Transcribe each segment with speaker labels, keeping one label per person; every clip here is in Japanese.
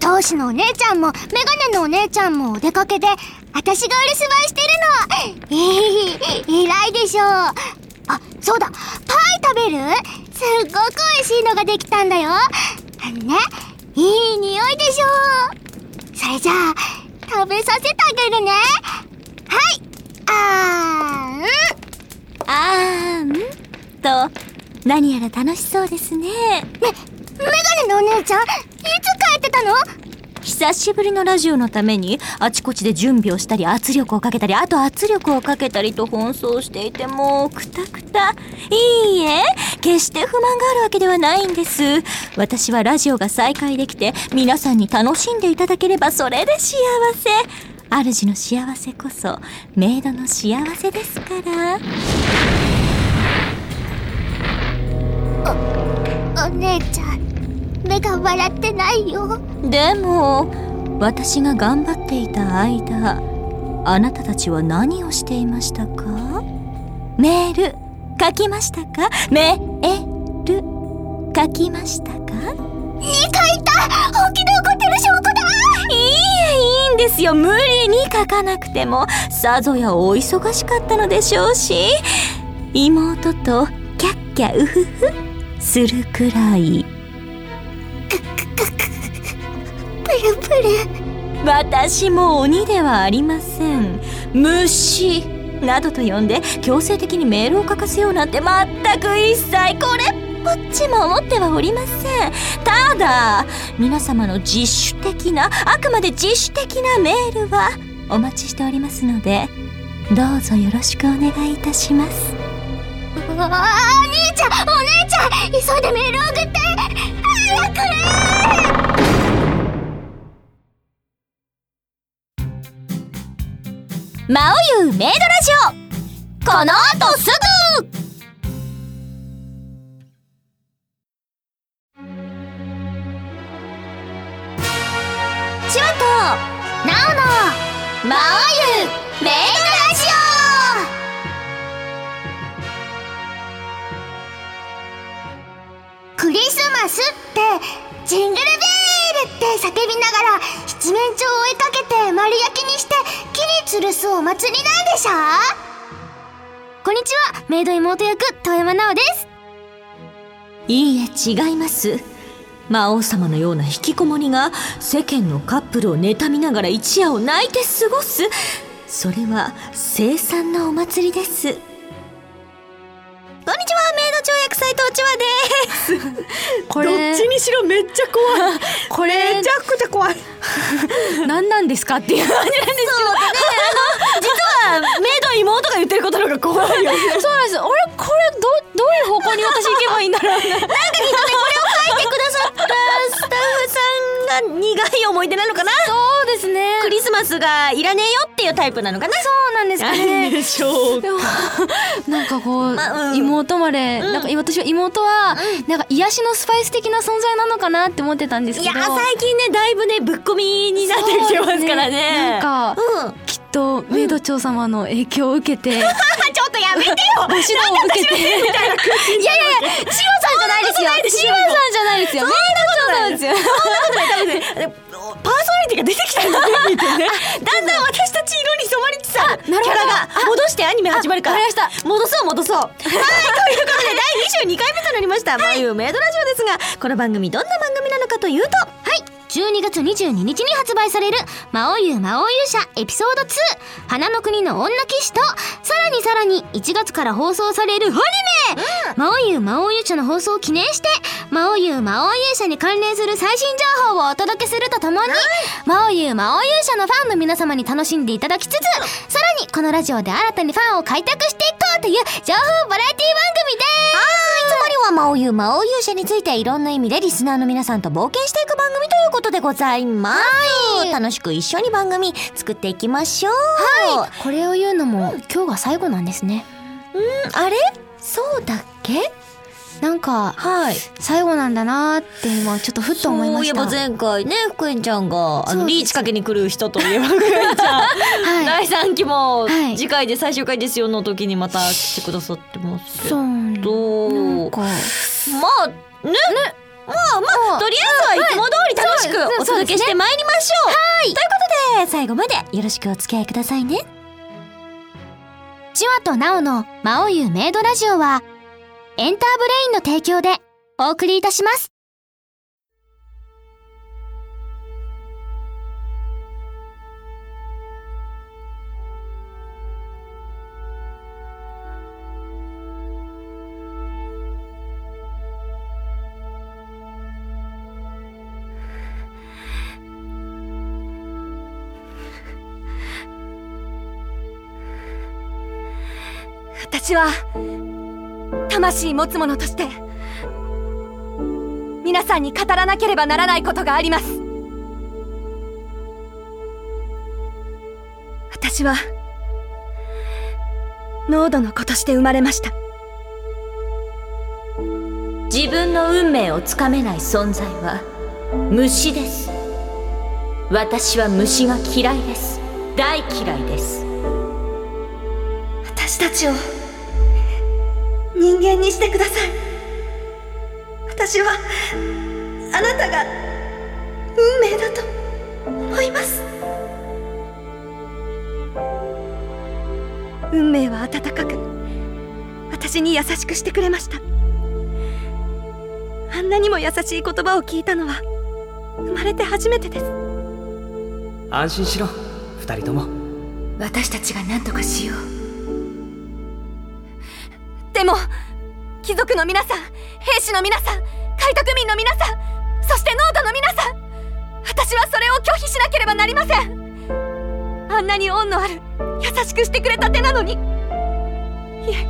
Speaker 1: 私のお姉ちゃんもメガネのお姉ちゃんもお出かけで私がお留守番してるのええ偉いでしょうあそうだパイ食べるすっごく美味しいのができたんだよあのねいい匂いでしょうそれじゃあ食べさせてあげるねはいあ
Speaker 2: あーんと何やら楽しそうですね
Speaker 1: ーんめメガネのお姉ちゃんいつ帰ってたの
Speaker 2: 久しぶりのラジオのためにあちこちで準備をしたり圧力をかけたりあと圧力をかけたりと奔走していてもうくたくたいいえ決して不満があるわけではないんです私はラジオが再開できて皆さんに楽しんでいただければそれで幸せ主の幸せこそメイドの幸せですから
Speaker 1: お姉ちゃん目が笑ってないよ
Speaker 2: でも私が頑張っていた間あなたたちは何をしていましたかメール書きましたかメール書きましたか
Speaker 1: 2回いた本気で怒ってる証拠だ
Speaker 2: いいえいいんですよ無理に書かなくてもさぞやお忙しかったのでしょうし妹とキャッキャウフフするくらい
Speaker 1: プルプル
Speaker 2: 私も鬼ではありません虫などと呼んで強制的にメールを書かせようなんて全く一切これっぽっちも思ってはおりませんただ皆様の自主的なあくまで自主的なメールはお待ちしておりますのでどうぞよろしくお願いいたします
Speaker 1: うわあお兄ちゃんお姉ちゃん急いでメール送って早く
Speaker 2: 魔王ゆうメイドラジオこの後すぐ
Speaker 1: シュンとナオの
Speaker 2: 魔王ゆう
Speaker 1: メイドラジオクリスマスってジングルベールって叫びながら七面鳥を追いかけて丸焼きにして木に吊るすお祭りなんでしょこんにちはメイド妹役遠山奈央です
Speaker 2: いいえ違います魔王様のような引きこもりが世間のカップルを妬みながら一夜を泣いて過ごすそれは凄惨なお祭りですこんにちはメイド長役斎藤千和です
Speaker 3: こ
Speaker 4: どっちにしろめっちゃ怖い。これめちゃくちゃ怖い。
Speaker 3: 何なんですかっていう感じなんです
Speaker 2: 実はメイド妹が言ってることの方が怖いよ
Speaker 3: けどそうなんです俺これどどういう方向に私行けばいいんだ ろうな
Speaker 2: 書いてくださ ったスタッフさんが苦い思い出なのかな
Speaker 3: そうですね
Speaker 2: クリスマスがいらねえよっていうタイプなのかな
Speaker 3: そうなんですか
Speaker 4: なん
Speaker 3: ね
Speaker 4: でしょう
Speaker 3: で。もなんかこう、
Speaker 2: まあうん
Speaker 3: 妹まで、なんか私は妹は、なんか癒しのスパイス的な存在なのかなって思ってたんです
Speaker 2: い
Speaker 3: け
Speaker 2: や
Speaker 3: ど
Speaker 2: 最近ねだいぶねぶっ込みになってきてますから
Speaker 3: な
Speaker 2: ね
Speaker 3: んか、
Speaker 2: うん
Speaker 3: きっとメイド長様の影響を受け て、
Speaker 2: ちょっとやめてよ
Speaker 3: ご指導を受けていやいやいや千代さんじゃないですよ千代さんじゃないですよメイド長なんですよ
Speaker 2: でパーソナリティが出てきたんだね だんだん私たち色に染まりつつあるキャ
Speaker 3: な
Speaker 2: ラ
Speaker 3: るほど
Speaker 2: が戻してアニメ始まるから
Speaker 3: わかりま
Speaker 2: 戻そう戻そう はいということで第22回目となりました「眉メイドラジオ」ですがこの番組どんな番組なのかというと
Speaker 1: はい12月22日に発売される「魔王優魔王勇者エピソード2花の国の女騎士」とさらにさらに1月から放送されるアニメ「魔王優魔王勇者」の放送を記念して「魔王優魔王勇者」に関連する最新情報をお届けするとともに「魔王優魔王勇者」のファンの皆様に楽しんでいただきつつさらにこのラジオで新たにファンを開拓していこうという情報バラエティ番組です
Speaker 2: つまりは魔王優魔王勇者についていろんな意味でリスナーの皆さんと冒険していく番組ということでございます、楽しく一緒に番組作っていきましょうはい
Speaker 1: これを言うのも今日が最後なんですね
Speaker 2: あれそうだっけ
Speaker 1: なんか
Speaker 2: はい
Speaker 1: 最後なんだなーって今ちょっとふっと思いました
Speaker 2: そういえば前回ね福円ちゃんがあ
Speaker 1: そう
Speaker 2: の
Speaker 1: です
Speaker 2: リーチかけに来る人といえば福円 ちゃん、
Speaker 1: はい
Speaker 2: 第3期も
Speaker 1: はい
Speaker 2: 次回で最終回ですよの時にまた来てくださってますけ
Speaker 1: そうなんだ
Speaker 2: ど
Speaker 1: なん
Speaker 2: ま
Speaker 1: か
Speaker 2: あねあまあとりあえずはいつも通り楽し
Speaker 1: はい
Speaker 2: くお届けしてまいりましょうはいということで最後までよろしくお付き合いくださいね
Speaker 1: チワとナオの「魔王湯メイドラジオは」エンターブレインの提供でお送りいたします
Speaker 4: 私は魂持つ者として皆さんに語らなければならないことがあります私は濃度の子として生まれました
Speaker 2: 自分の運命をつかめない存在は虫です私は虫が嫌いです大嫌いです
Speaker 4: 私たちを人間にしてください私はあなたが運命だと思います運命は温かく私に優しくしてくれましたあんなにも優しい言葉を聞いたのは生まれて初めてです
Speaker 5: 安心しろ二人とも
Speaker 4: 私たちが何とかしようでも貴族の皆さん兵士の皆さん開拓民の皆さんそしてノートの皆さん私はそれを拒否しなければなりませんあんなに恩のある優しくしてくれた手なのにいえ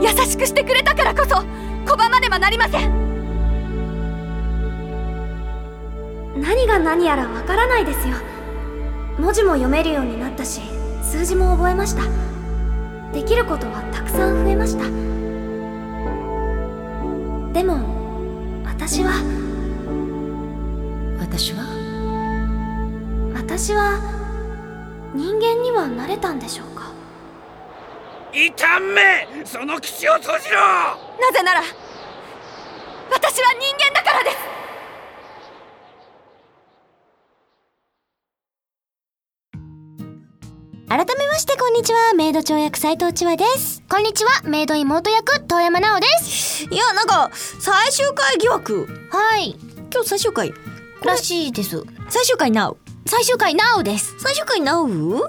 Speaker 4: 優しくしてくれたからこそ拒まねばなりません何が何やらわからないですよ文字も読めるようになったし数字も覚えましたできることはたくさん増えましたでも私は
Speaker 2: 私は
Speaker 4: 私は人間にはなれたんでしょうか
Speaker 6: 痛めその口を閉じろ
Speaker 4: なぜなら私は人間だからです
Speaker 2: 改めましてこんにちはメイド長役斉藤千和です
Speaker 1: こんにちはメイド妹役遠山奈央です
Speaker 2: いやなんか最終回疑惑
Speaker 1: はい
Speaker 2: 今日最終回
Speaker 1: らしいです
Speaker 2: 最終回なお
Speaker 1: 最終回奈央です
Speaker 2: 最終回なおう
Speaker 1: はい
Speaker 2: だっ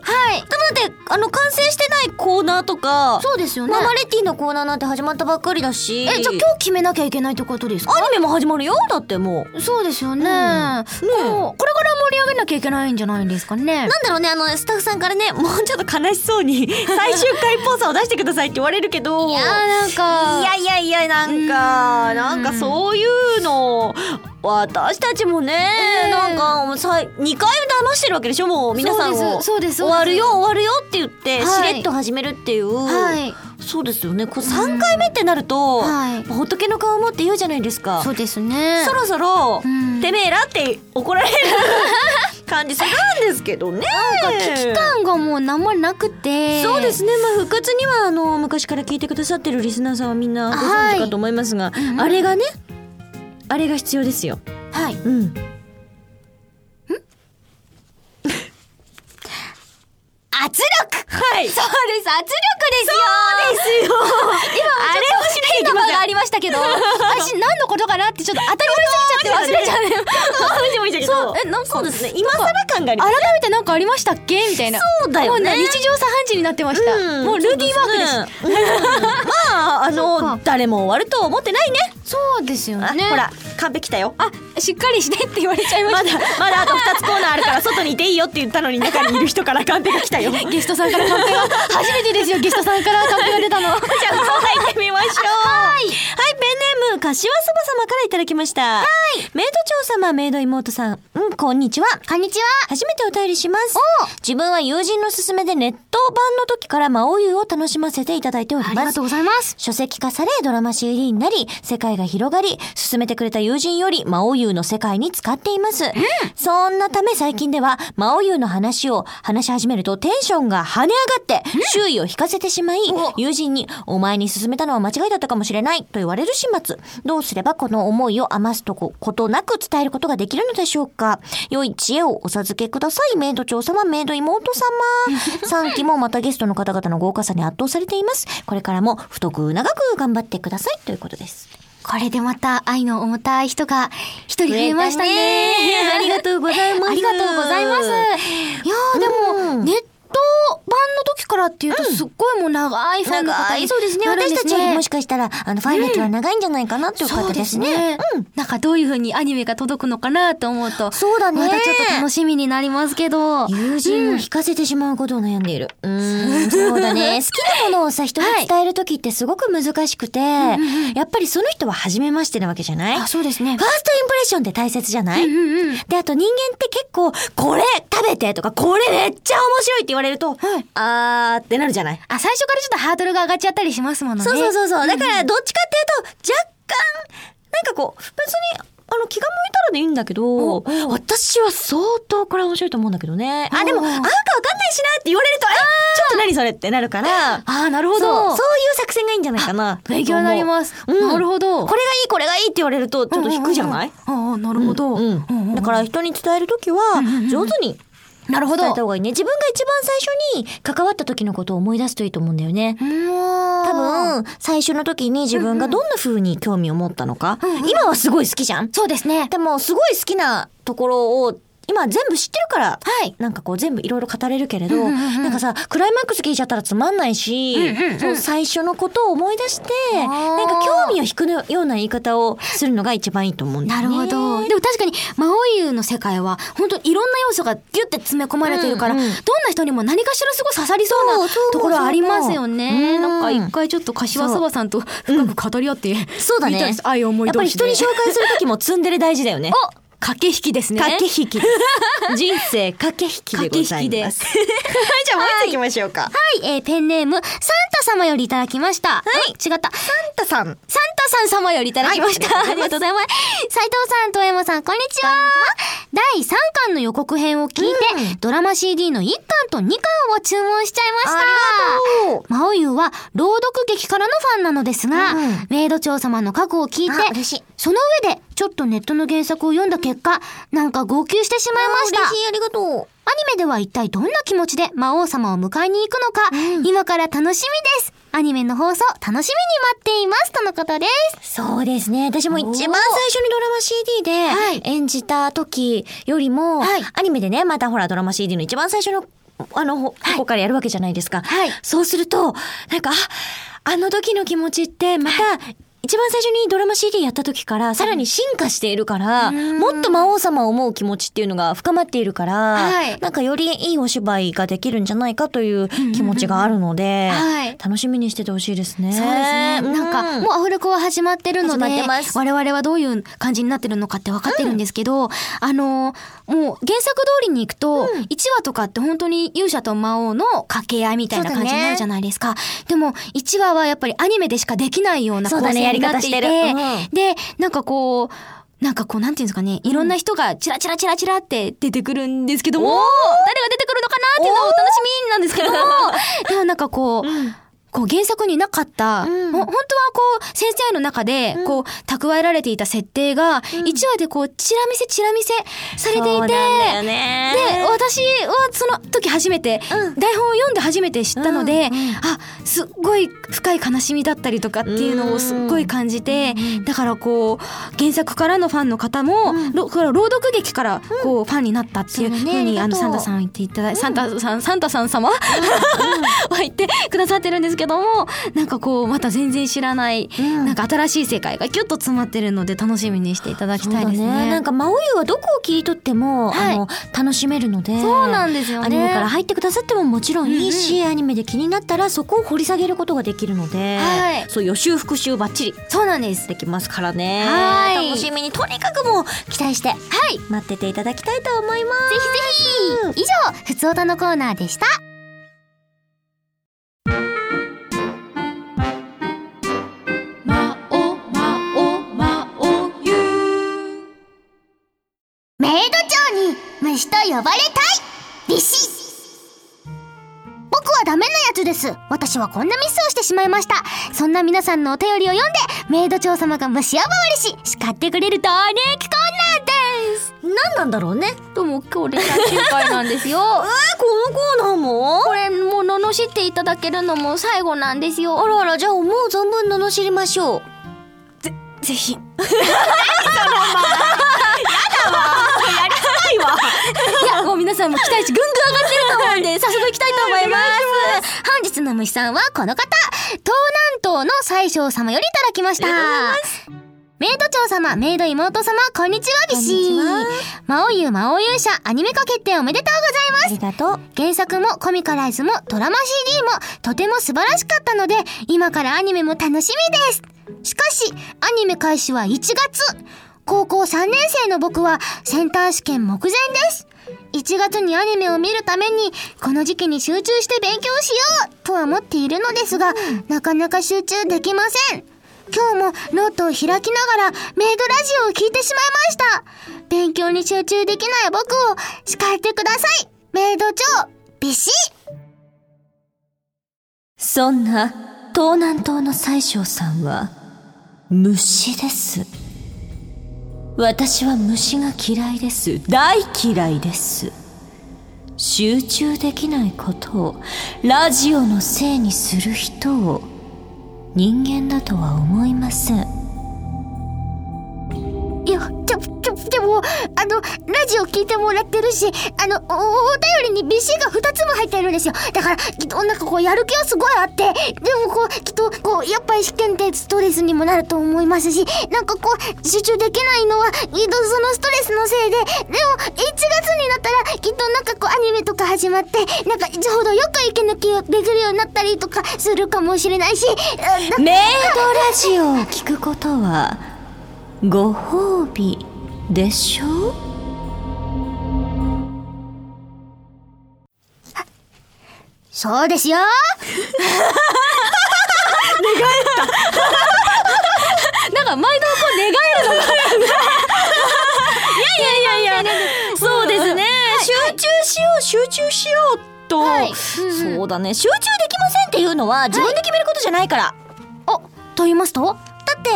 Speaker 2: てあの完成してないコーナーとか
Speaker 1: そうですよね
Speaker 2: ママレティのコーナーなんて始まったばっかりだし
Speaker 1: えじゃあ今日決めなきゃいけないってことですか
Speaker 2: アニメも始まるよだってもう
Speaker 1: そうですよね,、こうこれから盛り上げなきゃいけないんじゃないんですかね
Speaker 2: なんだろうねあのスタッフさんからね もうちょっと悲しそうに 最終回っぽさを出してくださいって言われるけど
Speaker 1: いやーなんか
Speaker 2: いやいやいやなんかなんかそういうの私たちもね、
Speaker 1: うん
Speaker 2: なんかもうさい2回話してるわけでしょもう皆さんを
Speaker 1: そうですそうですそうで
Speaker 2: 終
Speaker 1: す
Speaker 2: わるよ終わるよって言って、
Speaker 1: はい
Speaker 2: しれっと始めるっていう、
Speaker 1: はい
Speaker 2: そうですよねこう3回目ってなると、
Speaker 1: はい
Speaker 2: 仏の顔もって言うじゃないですか
Speaker 1: そうですね
Speaker 2: そろそろ、
Speaker 1: うん
Speaker 2: てめえらって怒られる感じするんですけどね。なんか
Speaker 1: 期間がもう何もなくて
Speaker 2: そうですね、まあ、不屈にはあの昔から聞いてくださってるリスナーさんはみんなご存知かと思いますが、
Speaker 1: いうん
Speaker 2: あれがねあれが必要ですよ。
Speaker 1: はい
Speaker 2: うん、
Speaker 1: 圧力
Speaker 2: はい
Speaker 1: そうです圧力ですよ
Speaker 2: ですよあれをしなきゃいけません
Speaker 1: がありましたけど 私何のことかなってちょっと当たり前すぎちゃって忘れちゃうね
Speaker 2: そうでもいいんだけ ど
Speaker 1: そうえなんか
Speaker 2: そうですね今更感があり ま
Speaker 1: 改
Speaker 2: す
Speaker 1: めて何かありましたっけみたいな
Speaker 2: そうだよ
Speaker 1: も
Speaker 2: ね
Speaker 1: う日常茶飯事になってました、
Speaker 2: うん
Speaker 1: もうルーティンワークです
Speaker 2: そう ですねうんまああ
Speaker 1: そう
Speaker 2: の
Speaker 1: か
Speaker 2: 誰も終わると思ってないね
Speaker 1: そうですよ
Speaker 2: あ
Speaker 1: ね
Speaker 2: ほら完璧たよ
Speaker 1: あしっかりしてって言われちゃいま
Speaker 2: ま
Speaker 1: した、
Speaker 2: だ まだあと2つコーナーあるから外にいていいよって言ったのに中にいる人からカンペが来 たよじゃあ
Speaker 1: ゲストさんからカンペ が初めてですよゲストさんからカンペが出たの
Speaker 2: 入ってみましょうはいペンネーム柏そば様からいただきましたはいメイド長様メイド妹さんうんこんにちは
Speaker 1: こんにちは
Speaker 2: 初めてお便りします
Speaker 1: おう
Speaker 2: 自分は友人の勧めでネット版の時から魔王湯を楽しませていただいており
Speaker 1: あり
Speaker 2: ま
Speaker 1: が
Speaker 2: す
Speaker 1: とうございます
Speaker 2: 書籍化されドラマ CD になり世界が広がり進めてくれた友人より魔王優の世界に使っています、そんなため最近では魔王優の話を話し始めるとテンションが跳ね上がって周囲を引かせてしまい友人に「お前に勧めたのは間違いだったかもしれない」と言われる始末どうすればこの思いを余すとこことなく伝えることができるのでしょうか良い知恵をお授けくださいメイド長様メイド妹 様3期もまたゲストの方々の豪華さに圧倒されていますこれからも太く長く頑張ってくださいということです
Speaker 4: これでまた愛の重たい人が一人増えましたね。
Speaker 2: ありがとうございます
Speaker 4: ありがとうございます。いやーでも、ネット版の時からっていうとすっごいもう長いファンの方
Speaker 2: 長い
Speaker 4: に
Speaker 2: そうですね
Speaker 4: なるん
Speaker 2: 私
Speaker 4: で
Speaker 2: た
Speaker 4: す
Speaker 2: ち
Speaker 4: ね
Speaker 2: よりもしかしたらあのファイナルは長いんじゃないかなっていう
Speaker 4: そう
Speaker 2: 方
Speaker 4: で
Speaker 2: ですすね
Speaker 4: ね。なんかどういう風にアニメが届くのかなと思うと、
Speaker 2: そうだね
Speaker 4: またちょっと楽しみになりますけど。
Speaker 2: 友人を引かせてしまうことを悩んでいる。うーん、そうだ ね。好きなものをさ、人に伝えるときってすごく難しくて、やっぱりその人は初めましてなわけじゃないファー
Speaker 4: あ、
Speaker 2: ス
Speaker 4: そうですね。
Speaker 2: トインプレッションって大切じゃない、
Speaker 4: うんうん。
Speaker 2: で、あと人間って結構、これ食べてとか、これめっちゃ面白いって言われると、あーってなるじゃない
Speaker 4: あ、最初からちょっとハードルが上がっちゃったりしますものね。
Speaker 2: そうそうそうそう。だから、どっちかっていうと、若干、なんかこう、別に、あの、気が向いたらでいいんだけど、私は相当これ面白いと思うんだけどね。あ、でも、あんかわかんないしなって言われると、え、ちょっと何それってなるから、
Speaker 4: あー、なる
Speaker 2: そ
Speaker 4: ほ
Speaker 2: うそうい
Speaker 4: ど
Speaker 2: う。作戦がいいんじゃないかな。
Speaker 4: 勉強になります
Speaker 2: と思ううん
Speaker 4: なるほど
Speaker 2: これがいい、これがいいって言われると、ちょっと引くじゃない、
Speaker 4: ああ、なるほど。
Speaker 2: うんだから人に伝えるときは上手に
Speaker 4: なるほど
Speaker 2: 伝えた方がいいね自分が一番最初に関わった時のことを思い出すといいと思うんだよね
Speaker 4: 多
Speaker 2: 多分最初の時に自分がどんな風に興味を持ったのか、今はすごい好きじゃん
Speaker 4: そうですね。
Speaker 2: でもすごい好きなところを今全部知ってるから、
Speaker 4: はい
Speaker 2: なんかこう全部いろいろ語れるけれど、
Speaker 4: うんうんうん
Speaker 2: なんかさクライマックス聞いちゃったらつまんないし、そう最初のことを思い出して
Speaker 4: ー
Speaker 2: なんか興味を引くような言い方をするのが一番いいと思うんだ
Speaker 4: な
Speaker 2: よね。
Speaker 4: るほど。でも確かに、魔王優の世界は、本当にいろんな要素がギュって詰め込まれてるから、
Speaker 2: うんうん
Speaker 4: どんな人にも何かしらすごい刺さりそ
Speaker 2: そうう
Speaker 4: な
Speaker 2: そう
Speaker 4: ところありますよ
Speaker 2: そう
Speaker 4: ね。
Speaker 2: うん
Speaker 4: なんか一回ちょっと柏そばさんと深く語り合って、
Speaker 2: そうだ
Speaker 4: みたい
Speaker 2: ね
Speaker 4: です。愛を思い
Speaker 2: やっぱ
Speaker 4: 同
Speaker 2: り
Speaker 4: 士
Speaker 2: 人
Speaker 4: で。
Speaker 2: に紹介する時もツンデレ大事だよね。
Speaker 4: お駆け引きですね。
Speaker 2: 駆け引きです。人生駆け引きでございます。はい、 じゃあもう一つ行きましょうか。
Speaker 4: はい、えーペンネーム、サンタ様よりいただきました。はい。違っ
Speaker 2: サ
Speaker 4: た。
Speaker 2: ンタさん。
Speaker 4: サンタさん様よりいただきました。ありがとうございます。斉藤さん、遠山さん、こんにちは。第3巻の予告編を聞いて、ドラマ CD の1巻と2巻を注文しちゃいました。
Speaker 2: ありがとう
Speaker 4: マオユは朗読劇からのファンなのですが、
Speaker 2: うん
Speaker 4: メイド長様の過去を聞い
Speaker 2: あ
Speaker 4: て、
Speaker 2: 嬉しい
Speaker 4: その上でちょっとネットの原作を読んだ結果、なんか号泣してしまいました。
Speaker 2: い、ありがと
Speaker 4: アニメでは一体どんな気持ちで魔王様を迎えに行くのか、今から楽しみです。アニメの放送楽しみに待っています。とのことです。
Speaker 2: う。そうですね。私も一番最初にドラマ CD で、
Speaker 4: はい
Speaker 2: 演じた時よりも、
Speaker 4: はい
Speaker 2: アニメでね、またほらドラマ CD の一番最初の、あの、ほここからやるわけじゃないですか。
Speaker 4: はい
Speaker 2: そうすると、なんか、あ、あの時の気持ちって、また、一番最初にドラマ CD やった時から、さらに進化しているから、もっと魔王様を思う気持ちっていうのが深まっているから、
Speaker 4: はい
Speaker 2: なんかよりいいお芝居ができるんじゃないかという気持ちがあるので、
Speaker 4: はい
Speaker 2: 楽しみにしててほしいですね。
Speaker 4: そうですね。なんか、もうアフレコは始まってるので、
Speaker 2: 始まってます
Speaker 4: 我々はどういう感じになってるのかって分かってるんですけど、あのー、もう原作通りに行くと、1話とかって本当に勇者と魔王の掛け合いみたいな感じになるじゃないですか。でも、1話はやっぱりアニメでしかできないような
Speaker 2: そう
Speaker 4: 構
Speaker 2: だ
Speaker 4: 成
Speaker 2: ね
Speaker 4: になっていて、
Speaker 2: やり方して
Speaker 4: で、なんかこう、なんかこう、なんていうんですかね、いろんな人がチラチラチラチラって出てくるんですけども、誰が出てくるのかなっていうのはお楽しみなんですけども、 でもなんかこう、こう原作になかった、
Speaker 2: ん
Speaker 4: ほ本当はこう先生の中でこう蓄えられていた設定が1話でこうチラ見せチラ見せされて
Speaker 2: そ
Speaker 4: い
Speaker 2: うなん
Speaker 4: て、
Speaker 2: だよね
Speaker 4: で私はその時初めて、台本を読んで初めて知ったので、あすっごい深い悲しみだったりとかっていうのをすっごい感じて、だからこう原作からのファンの方も、ろこれ朗読劇からこうファンになったっていう
Speaker 2: そう
Speaker 4: ふ
Speaker 2: だね
Speaker 4: うに、
Speaker 2: あ
Speaker 4: あ
Speaker 2: りが
Speaker 4: の
Speaker 2: とう
Speaker 4: サンタさんは言っていただいサンタさんサンタさん様、は 言ってくださってるんですけどもなんかこうまた全然知らない、なんか新しい世界がギュッと詰まってるので楽しみにしていただき
Speaker 2: そう
Speaker 4: たい
Speaker 2: だ
Speaker 4: ですね。
Speaker 2: ね。なんか、真お湯はどこを切り取っても、
Speaker 4: はい
Speaker 2: あの、楽しめるので。
Speaker 4: そうなんですよね
Speaker 2: アニメから入ってくださってももちろんいいし、アニメで気になったらそこを掘り下げることができるので、
Speaker 4: はい
Speaker 2: そう予習復習バッチリ
Speaker 4: そうなんです
Speaker 2: できますからね。
Speaker 4: はい
Speaker 2: 楽しみに、とにかくもう期待して、はい。待ってていただきたいと思います。
Speaker 4: ぜひぜひ以上、ふつおたのコーナーでした。メイド長に虫と呼ばれたい弟子僕はダメなやつです私はこんなミスをしてしまいましたそんな皆さんのお便りを読んでメイド長様が虫呼ばわりし叱ってくれるダイレクコーナーです
Speaker 7: 何なんだろうね
Speaker 4: ともこれ最終回なんですよ
Speaker 7: えこのコーナーも
Speaker 4: これもう罵っていただけるのも最後なんですよ
Speaker 7: あらあらじゃあ思う存分罵りましょう
Speaker 8: ぜ ひ
Speaker 4: いや、もう皆さんも期待値ぐんぐん上がってると思うんで、早速行きたいと思います。本日の虫さんはこの方、東南東の最小様よりいただきました。メイド長様、メイド妹様、こんにちは、ビシー。魔王優魔王勇者、アニメ化決定おめでとうございます。
Speaker 2: ありがとう
Speaker 4: 原作もコミカライズもドラマ CD もとても素晴らしかったので、今からアニメも楽しみです。しかし、アニメ開始は1月。高校3年生の僕はセンター試験目前です。1月にアニメを見るために、この時期に集中して勉強しようとは思っているのですが、なかなか集中できません。今日もノートを開きながらメイドラジオを聞いてしまいました。勉強に集中できない僕を叱ってください。メイド長、ビシッ
Speaker 2: そんな東南東の西小さんは虫です私は虫が嫌いです大嫌いです集中できないことをラジオのせいにする人を人間だとは思いません
Speaker 4: いや、でも、でも、でも、あの、ラジオ聞いてもらってるし、あの、お、お便りに BC が2つも入ってるんですよ。だから、きっと、なんかこう、やる気はすごいあって、でもこう、きっと、こう、やっぱり試験ってストレスにもなると思いますし、なんかこう、集中できないのは、きっとそのストレスのせいで、でも、1月になったら、きっとなんかこう、アニメとか始まって、なんか、ちょうどよく息抜きできるようになったりとかするかもしれないし、あだ
Speaker 2: メイドラジオを聞くことはご褒美でしょう
Speaker 4: そうですよ
Speaker 2: なんか毎度こう願える のがいやいやいやいやそうですね集中しよう集中しようと、
Speaker 4: はいうん
Speaker 2: そうだね集中できませんっていうのは自分で決めることじゃないから、
Speaker 4: お、と言いますと
Speaker 2: だって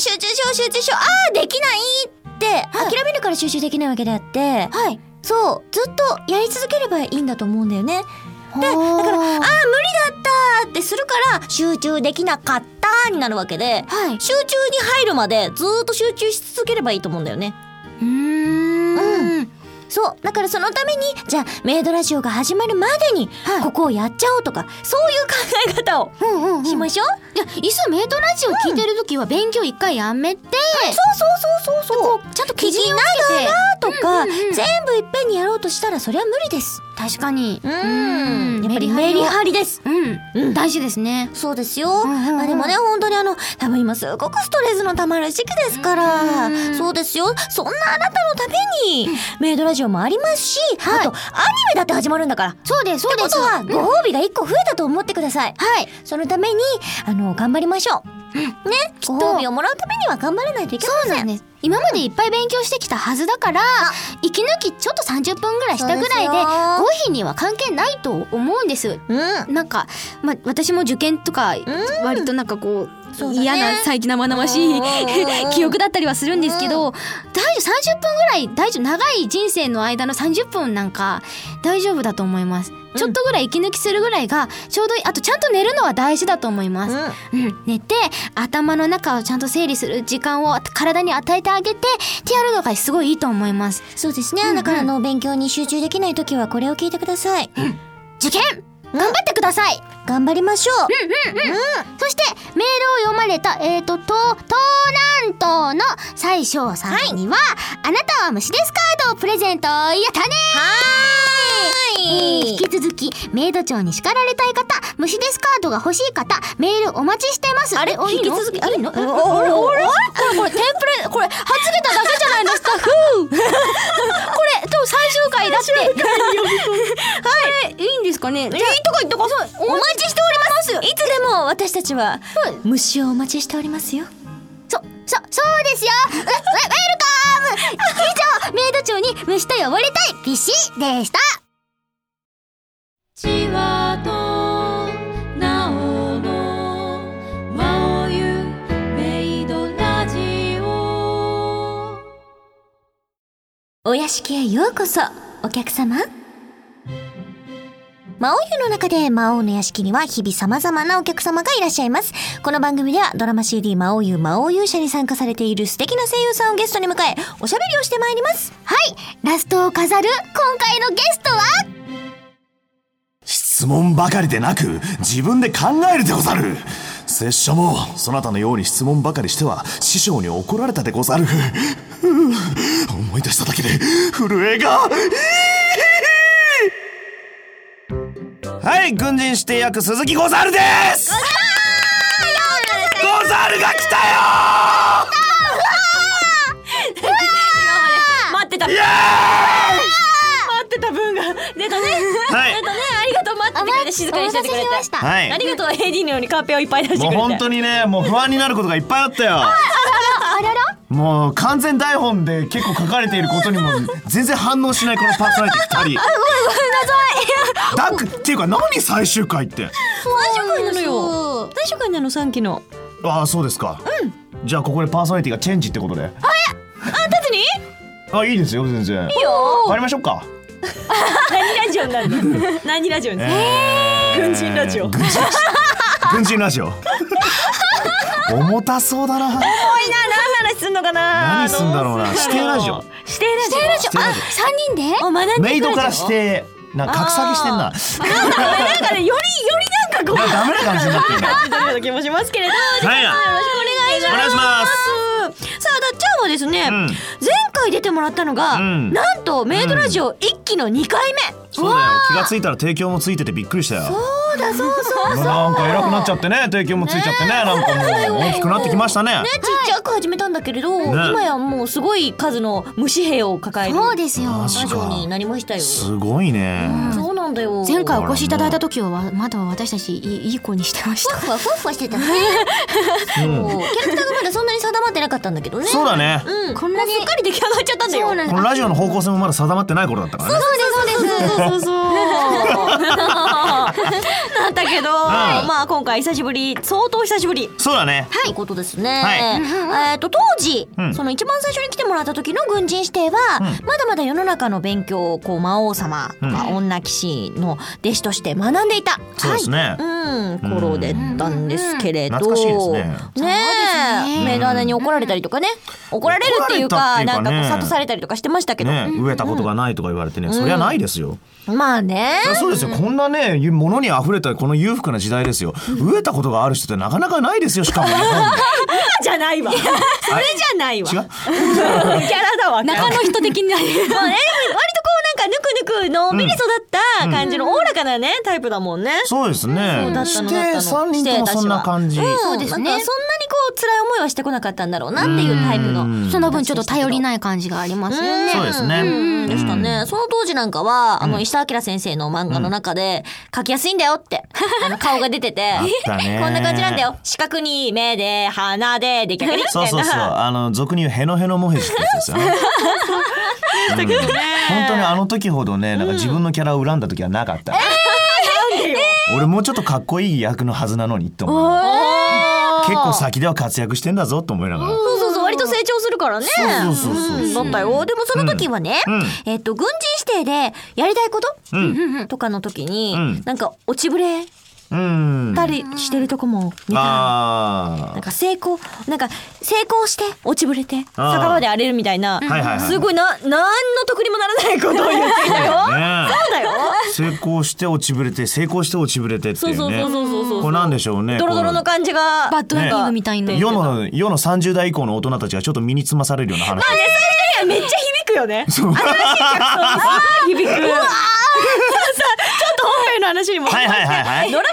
Speaker 2: 集中しよう集中しようあーできないって、諦めるから集中できないわけであって、
Speaker 4: はい。
Speaker 2: そうずっとやり続ければいいんだと思うんだよね
Speaker 4: で、だ
Speaker 2: だからあー無理
Speaker 4: は
Speaker 2: だったってするから集中できなかったになるわけで
Speaker 4: い。
Speaker 2: 集中に入るまでずーっと集中し続ければいいと思うんだよね
Speaker 4: うーん。
Speaker 2: そうだからそのためにじゃあメイドラジオが始まるまでに
Speaker 4: はい
Speaker 2: ここをやっちゃおうとか、そういう考え方を
Speaker 4: うんうんうん。
Speaker 2: しましょう、
Speaker 4: じゃあ、いっそメイドラジオ聞いてるときは勉強一回やめて、
Speaker 2: そうそうそうそうそうちゃんと
Speaker 4: 基
Speaker 2: 聞き
Speaker 4: 準を
Speaker 2: な
Speaker 4: つけて。
Speaker 2: とか、
Speaker 4: うんうんうん
Speaker 2: 全部いっぺんにやろうとしたらそれは無理です
Speaker 4: 確かに。
Speaker 2: うんやっぱりメ
Speaker 4: メ
Speaker 2: リ
Speaker 4: リ
Speaker 2: ハ
Speaker 4: ハ
Speaker 2: リです
Speaker 4: リを。うん。
Speaker 2: うん
Speaker 4: 大事ですね。
Speaker 2: そうですよ、
Speaker 4: んうんうん
Speaker 2: まあでもね本当にあの多分今すごくストレスのたまる時期ですから、
Speaker 4: うんうん
Speaker 2: そうですよそんなあなたのためにメイドラジオもありますし、
Speaker 4: はい
Speaker 2: あとアニメだって始まるんだから
Speaker 4: そうです、そう
Speaker 2: って
Speaker 4: で
Speaker 2: こ
Speaker 4: す。
Speaker 2: とは
Speaker 4: うん
Speaker 2: ご褒美が1個増えたと思ってください、
Speaker 4: はい。
Speaker 2: そのためにあの頑張りましょう、ね
Speaker 4: と
Speaker 2: ご褒美をもらうためには頑張らないといけま
Speaker 4: そう
Speaker 2: せ
Speaker 4: なん
Speaker 2: ん
Speaker 4: です。今までいっぱい勉強してきたはずだから、息抜きちょっと30分ぐらいしたぐらい
Speaker 2: そうです
Speaker 4: で、
Speaker 2: よ
Speaker 4: 合否には関係ないと思うんです。
Speaker 2: うん
Speaker 4: なんか、まあ、私も受験とか、割となんかこう、嫌な最近生々しい 記憶だったりはするんですけど、大丈夫、30分ぐらい、大丈夫、長い人生の間の30分なんか、大丈夫だと思います。ちょっとぐらい息抜きするぐらいが、ちょうどいい。あと、ちゃんと寝るのは大事だと思います。うん、寝て頭の中をちゃんと整理する時間を体に与えてあげてってやるのがすごいいいと思います
Speaker 2: そうですね、
Speaker 4: うんうん
Speaker 2: だからあの勉強に集中できない時はこれを聞いてください、
Speaker 4: 受験頑張ってください、
Speaker 2: 頑張りましょう、
Speaker 4: そしてメールを読まれたえー、とと東南東の西翔さんには、あなたは虫ですカードをプレゼントやったねえー引き続きメイド長に叱られたい方虫ですカードが欲しい方メールお待ちしてますあれ
Speaker 2: 引き続きあれの
Speaker 4: あれあれこれこれテンプレこれはつけただけじゃないのスタッフ これでも最終回だって はいいいんですかねいいとか言っとかそうお待ちしております
Speaker 2: いつでも私たちは虫をお待ちしておりますよ。
Speaker 4: そそそうですよウェウェウェルカム以上メイド長に虫と呼ばれたいビシでした
Speaker 9: なおのまおゆめい
Speaker 2: お屋敷へようこそお客様魔王湯の中で魔王の屋敷には日々様々なお客様がいらっしゃいます。この番組ではドラマ CD 魔王湯魔王勇者に参加されている素敵な声優さんをゲストに迎え、おしゃべりをしてまいります。
Speaker 1: はいラストを飾る今回のゲストは
Speaker 10: 質問ばかりでなく自分で考えるでござる拙者もそなたのように質問ばかりしては師匠に怒られたでござるふう思い出しただけで震えがはい軍人指定役鈴木ござるですござるが来たよ
Speaker 2: 待ってた待
Speaker 10: イエーイ
Speaker 2: ってた分が出たね。
Speaker 10: はい
Speaker 2: 出たね。ありがとう待っててくれて静かにしててくれて。
Speaker 1: お待たせしました、
Speaker 10: はい
Speaker 2: ありがとう AD のようにカンペをいっぱい出してくれ
Speaker 10: もう
Speaker 2: て。
Speaker 10: 本当にねもう不安になることがいっぱいあったよもう完全台本で結構書かれていることにも全然反応しないこのパーソナリティ2人だくっていう か何最終回っ
Speaker 2: 大
Speaker 10: て
Speaker 2: 初回なのよ。
Speaker 1: そう
Speaker 2: 大初回なの3期の。
Speaker 10: ああそうですか、じゃあここでパーソナリティがチェンジってことでああいいですよ全然いいよ終わりましょうか
Speaker 2: 何ラジオになる の何ラジオになるの軍人ラジオ
Speaker 10: 軍人軍人ラジ オ重たそうだな
Speaker 2: 何の話すんのかな
Speaker 10: 何すんだろうな指定ラジオ
Speaker 2: 指定ラジオ指定ラジ
Speaker 10: 指定ラジオ
Speaker 1: 三人で
Speaker 2: オお学んでくる
Speaker 10: メイドからし
Speaker 2: で
Speaker 10: てなんか格下げしてんな
Speaker 2: しょなんかねなんかねよりよりなんかこ
Speaker 10: なんかダメな感じになってるな
Speaker 2: うような気もしますけれど
Speaker 10: はい
Speaker 2: よ
Speaker 10: や
Speaker 2: ろしくお願いし
Speaker 10: お
Speaker 2: ま
Speaker 10: 願いします
Speaker 2: すさあだっちゃんはですね、
Speaker 10: うん
Speaker 2: 前回出てもらったのが、
Speaker 10: うん
Speaker 2: なんとメイドラジオ1期の2回目、
Speaker 10: そうだよ気がついたら提供もついててびっくりしたよ
Speaker 2: そうだそうそう
Speaker 10: まあ なんか偉くなっちゃってね提供もついちゃってねなんかもう大きくなってきましたね
Speaker 2: ね、ちっちゃく始めたんだけれど、今やもうすごい数の虫兵を抱える
Speaker 1: そうですよ
Speaker 10: マジ
Speaker 2: ラジオになりましたよ。
Speaker 10: すごいね
Speaker 2: そうなんだよ。
Speaker 1: 前回お越しいただいた時はまだ私たちいいいい子にしてました
Speaker 2: ふわふわふわしてたね。
Speaker 10: うん
Speaker 2: もうキャラクターがまだそんなに定まってなかったんだけどね。
Speaker 10: そうだね
Speaker 2: うん、こんなにすっかり出来上がっちゃったんだよ。
Speaker 1: そうなん
Speaker 10: このラジオの方向性もまだ定まってない頃だったからね
Speaker 1: そうですそうです
Speaker 2: そうそう。 なんだけど、まあ今回久しぶり、相当久しぶり。
Speaker 10: そうだね
Speaker 2: ということですね。
Speaker 10: はい
Speaker 2: えっと当時、
Speaker 10: うん
Speaker 2: その一番最初に来てもらった時の軍人指定は、
Speaker 10: う
Speaker 2: まだまだ世の中の勉強をこう魔王様とか、
Speaker 10: うん
Speaker 2: 女騎士の弟子として学んでいた。
Speaker 10: そうですね
Speaker 2: うん、頃でったんですけれど、
Speaker 10: うんうんうんうん懐かしい
Speaker 2: ねえメイド姉に怒られたりとかね、怒られるっていうか
Speaker 10: 怒られたっ
Speaker 2: な
Speaker 10: ていうかね
Speaker 2: んかこう諭されたりとかしてましたけど、
Speaker 10: ね植えたことがないとか言われてねそりゃないですよ
Speaker 2: まあね
Speaker 10: そりゃそうですよこんなね物に溢れたこの裕福な時代ですよ植えたことがある人ってなかなかないですよしかも日本で
Speaker 2: じゃないわそれじゃないわキ
Speaker 10: 違う
Speaker 2: ャラだわ中の人的に まあね割とこうなんかぬくぬくのんびり育った感じのおおらかなねタイプだもんね、
Speaker 10: そうです
Speaker 2: そう
Speaker 10: ね
Speaker 2: だ。った
Speaker 10: し
Speaker 2: のだった
Speaker 10: て
Speaker 2: の
Speaker 10: 三人ともそんな感じ。
Speaker 2: そう
Speaker 1: ですね
Speaker 2: なんかそんなにこう辛い思いはしてこなかったんだろうなっていうタイプの
Speaker 10: うん
Speaker 1: その分ちょっと頼りない感じがありますよね
Speaker 10: そうですね
Speaker 2: うんでしたね。その当時なんかは、あの、石田明先生の漫画の中で、書きやすいんだよ って、あの、顔が出てて、
Speaker 10: あった ね
Speaker 2: こんな感じなんだよ。四角に目で、鼻で、できるみたいな。
Speaker 10: そうそうそう。 あの俗に言うヘノヘノモヘジってやつですよね。うん本当にあの時ほどね、なんか自分のキャラを恨んだ時はなかった。俺もうちょっとかっこいい役のはずなのにと思う。結構先では活躍してんだぞと思いながら。
Speaker 2: そうそうそう、割と成長するからね。
Speaker 10: そうそうそうそう
Speaker 2: だったよ。でもその時はね、
Speaker 10: うんうん
Speaker 2: えっと、軍人指定で、やりたいこと、
Speaker 10: う
Speaker 2: とかの時に、
Speaker 10: うん
Speaker 2: なんか、落ちぶれ
Speaker 10: うん。
Speaker 2: たりしてるとこも見た
Speaker 10: あ
Speaker 2: なんか成功なんか成功して落ちぶれて
Speaker 10: あー
Speaker 2: 酒場で荒れるみたいな、
Speaker 10: はいはいはい
Speaker 2: すごいな何の得にもならないことを言っていたよ。
Speaker 10: あ。ね
Speaker 2: そうだよ。
Speaker 10: え成功して落ちぶれて成功して落ちぶれてって
Speaker 2: そう
Speaker 10: い
Speaker 2: そうう
Speaker 10: ね
Speaker 2: そう。そうそうそう。
Speaker 10: これなんでしょうね。
Speaker 2: ドロドロの感じが。
Speaker 1: バッドエンディングみたいな、
Speaker 10: 世の世の30代以降の大人たちがちょっと身につまされるような話、
Speaker 2: いやめっちゃ響くよね。
Speaker 10: そ う
Speaker 2: 響く。うわーさあちょっと本編の話にも。
Speaker 10: はいはいはいはい
Speaker 2: ドラマ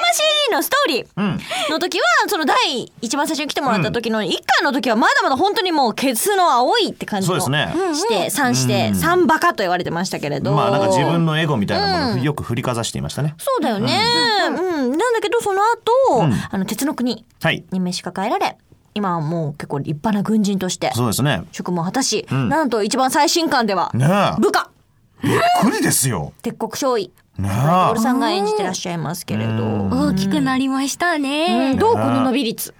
Speaker 2: CD のストーリー。
Speaker 10: うん
Speaker 2: の時はその第一番最初に来てもらった時の一巻の時はまだまだ本当にもうケツの青いって感じの
Speaker 10: そうですね
Speaker 2: して三して
Speaker 10: うん
Speaker 2: 三バカと言われてましたけれど
Speaker 10: まあなんか自分のエゴみたいなものをよく振りかざしていましたね、
Speaker 2: そうだよね、うんなんだけどその後、
Speaker 10: うん
Speaker 2: あの鉄の国
Speaker 10: はい
Speaker 2: に召し抱えられ今はもう結構立派な軍人として
Speaker 10: そうですね
Speaker 2: 職務を果たし、
Speaker 10: ん
Speaker 2: なんと一番最新刊では、
Speaker 10: ねえ
Speaker 2: 部下
Speaker 10: びっくりですよ
Speaker 2: 鉄国少尉
Speaker 10: ね
Speaker 2: オ
Speaker 10: え
Speaker 2: ルさんが演じてらっしゃいますけれど、
Speaker 10: うん
Speaker 1: 大きくなりましたね、
Speaker 2: どうこの伸び率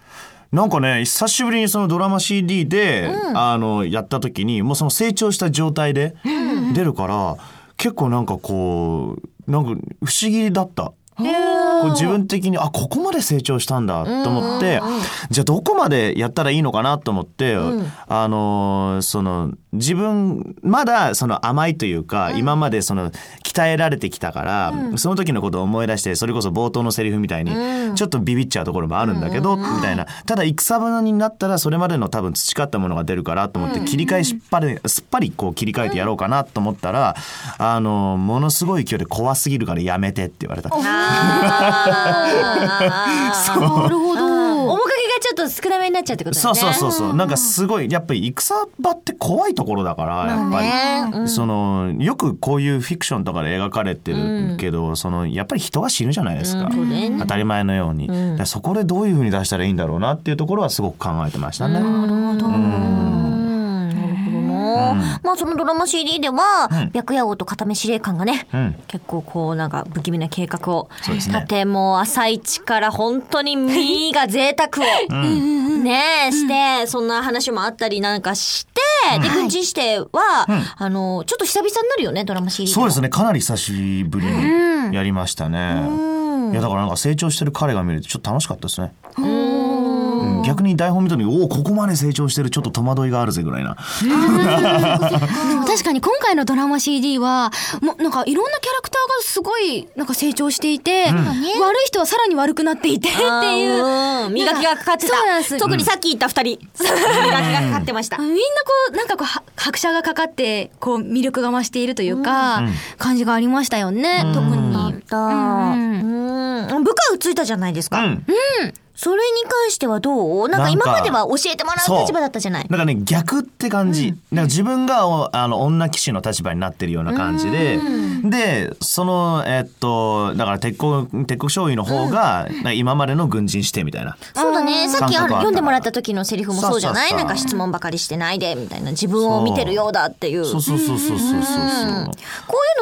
Speaker 10: なんかね久しぶりにそのドラマ CD で、あのやった時にもうその成長した状態で、出るから、結構なんかこうなんか不思議だった。こう自分的にあここまで成長したんだと思って、じゃあどこまでやったらいいのかなと思って、あのーその自分まだその甘いというか、今までその鍛えられてきたから、その時のことを思い出してそれこそ冒頭のセリフみたいに、ちょっとビビっちゃうところもあるんだけど、みたいなただ戦場になったらそれまでの多分培ったものが出るからと思って切り替えしっぱりすっぱりこう切り替えてやろうかなと思ったら、あのーものすごい勢いで怖すぎるからやめてって言われた。
Speaker 2: なるほど面影がちょっと少なめになっちゃうってことだ
Speaker 10: そ
Speaker 2: よ
Speaker 10: う
Speaker 2: ね
Speaker 10: そうそうそう、なんかすごいやっぱり戦場って怖いところだからやっぱり、そのよくこういうフィクションとかで描かれてるけど、そのやっぱり人が死ぬじゃないですか、当たり前のように、だからそこでどういうふうに出したらいいんだろうなっていうところはすごく考えてましたね。
Speaker 2: うんなるほどなまあそのドラマ CD では、
Speaker 10: うん
Speaker 2: 白夜王と片目司令官がね、
Speaker 10: うん
Speaker 2: 結構こうなんか不気味な計画を
Speaker 10: そうです
Speaker 2: 立
Speaker 10: ね
Speaker 2: て、もう朝一から本当に身が贅沢 を、ねえして、そんな話もあったりなんかして、で軍事指定は、あのちょっと久々になるよねドラマ CD
Speaker 10: そうです
Speaker 2: ね
Speaker 10: ねかなり久しぶりにやりましたね、いやだからなんか成長してる彼が見れてちょっと楽しかったですね、うん逆に台本見た時おおここまで成長してるちょっと戸惑いがあるぜぐらいな
Speaker 1: 確かに今回のドラマ CD はもうなんかいろんなキャラクターがすごいなんか成長していて、悪い人はさらに悪くなっていてっていう
Speaker 2: うん磨きがかかってた
Speaker 1: そうなんです
Speaker 2: 特にさっき言った二人、磨きがかかってました
Speaker 1: あみんなこうなんかこうは拍車がかかってこう魅力が増しているというか、感じがありましたよね、特
Speaker 2: あ
Speaker 1: に
Speaker 2: った。うん。部下ついたじゃないですか。
Speaker 10: うん
Speaker 2: それに関してはどうなんか
Speaker 10: なん
Speaker 2: 今
Speaker 10: か
Speaker 2: までは教えてもら
Speaker 10: そう
Speaker 2: う立場だったじゃない。
Speaker 10: なんかね逆って感じ、なんか自分がおあの女騎士の立場になってるような感じで、でそのえっとだから鉄鋼鉄鋼将尉の方が、なんか今までの軍人してみたいな、
Speaker 2: そうだね。さっきあの
Speaker 10: 感覚あった
Speaker 2: 読んでもらった時のセリフもそうじゃない
Speaker 10: そう
Speaker 2: な
Speaker 10: そう
Speaker 2: ん
Speaker 10: そう
Speaker 2: か質問ばかりしてないで、みたいな。自分を見てるようだっていう。
Speaker 10: そうそうそうそう
Speaker 2: こうい
Speaker 10: そうそうそう
Speaker 2: うのっ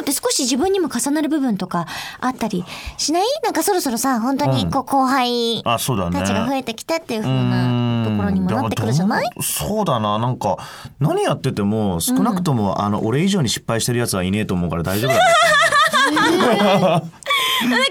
Speaker 2: て少し自分にも重なる部分とかあったりしないなんかそろそろさ、本当にこう後輩
Speaker 10: あそうだね
Speaker 2: たちが増えてきたっていう風
Speaker 10: う
Speaker 2: な
Speaker 10: ーん
Speaker 2: ところにもなってくるじゃない
Speaker 10: だからどうそうだななんか何やってても少なくとも、あの俺以上に失敗してるやつはいねえと思うから大丈夫だな
Speaker 2: なんかこう先輩前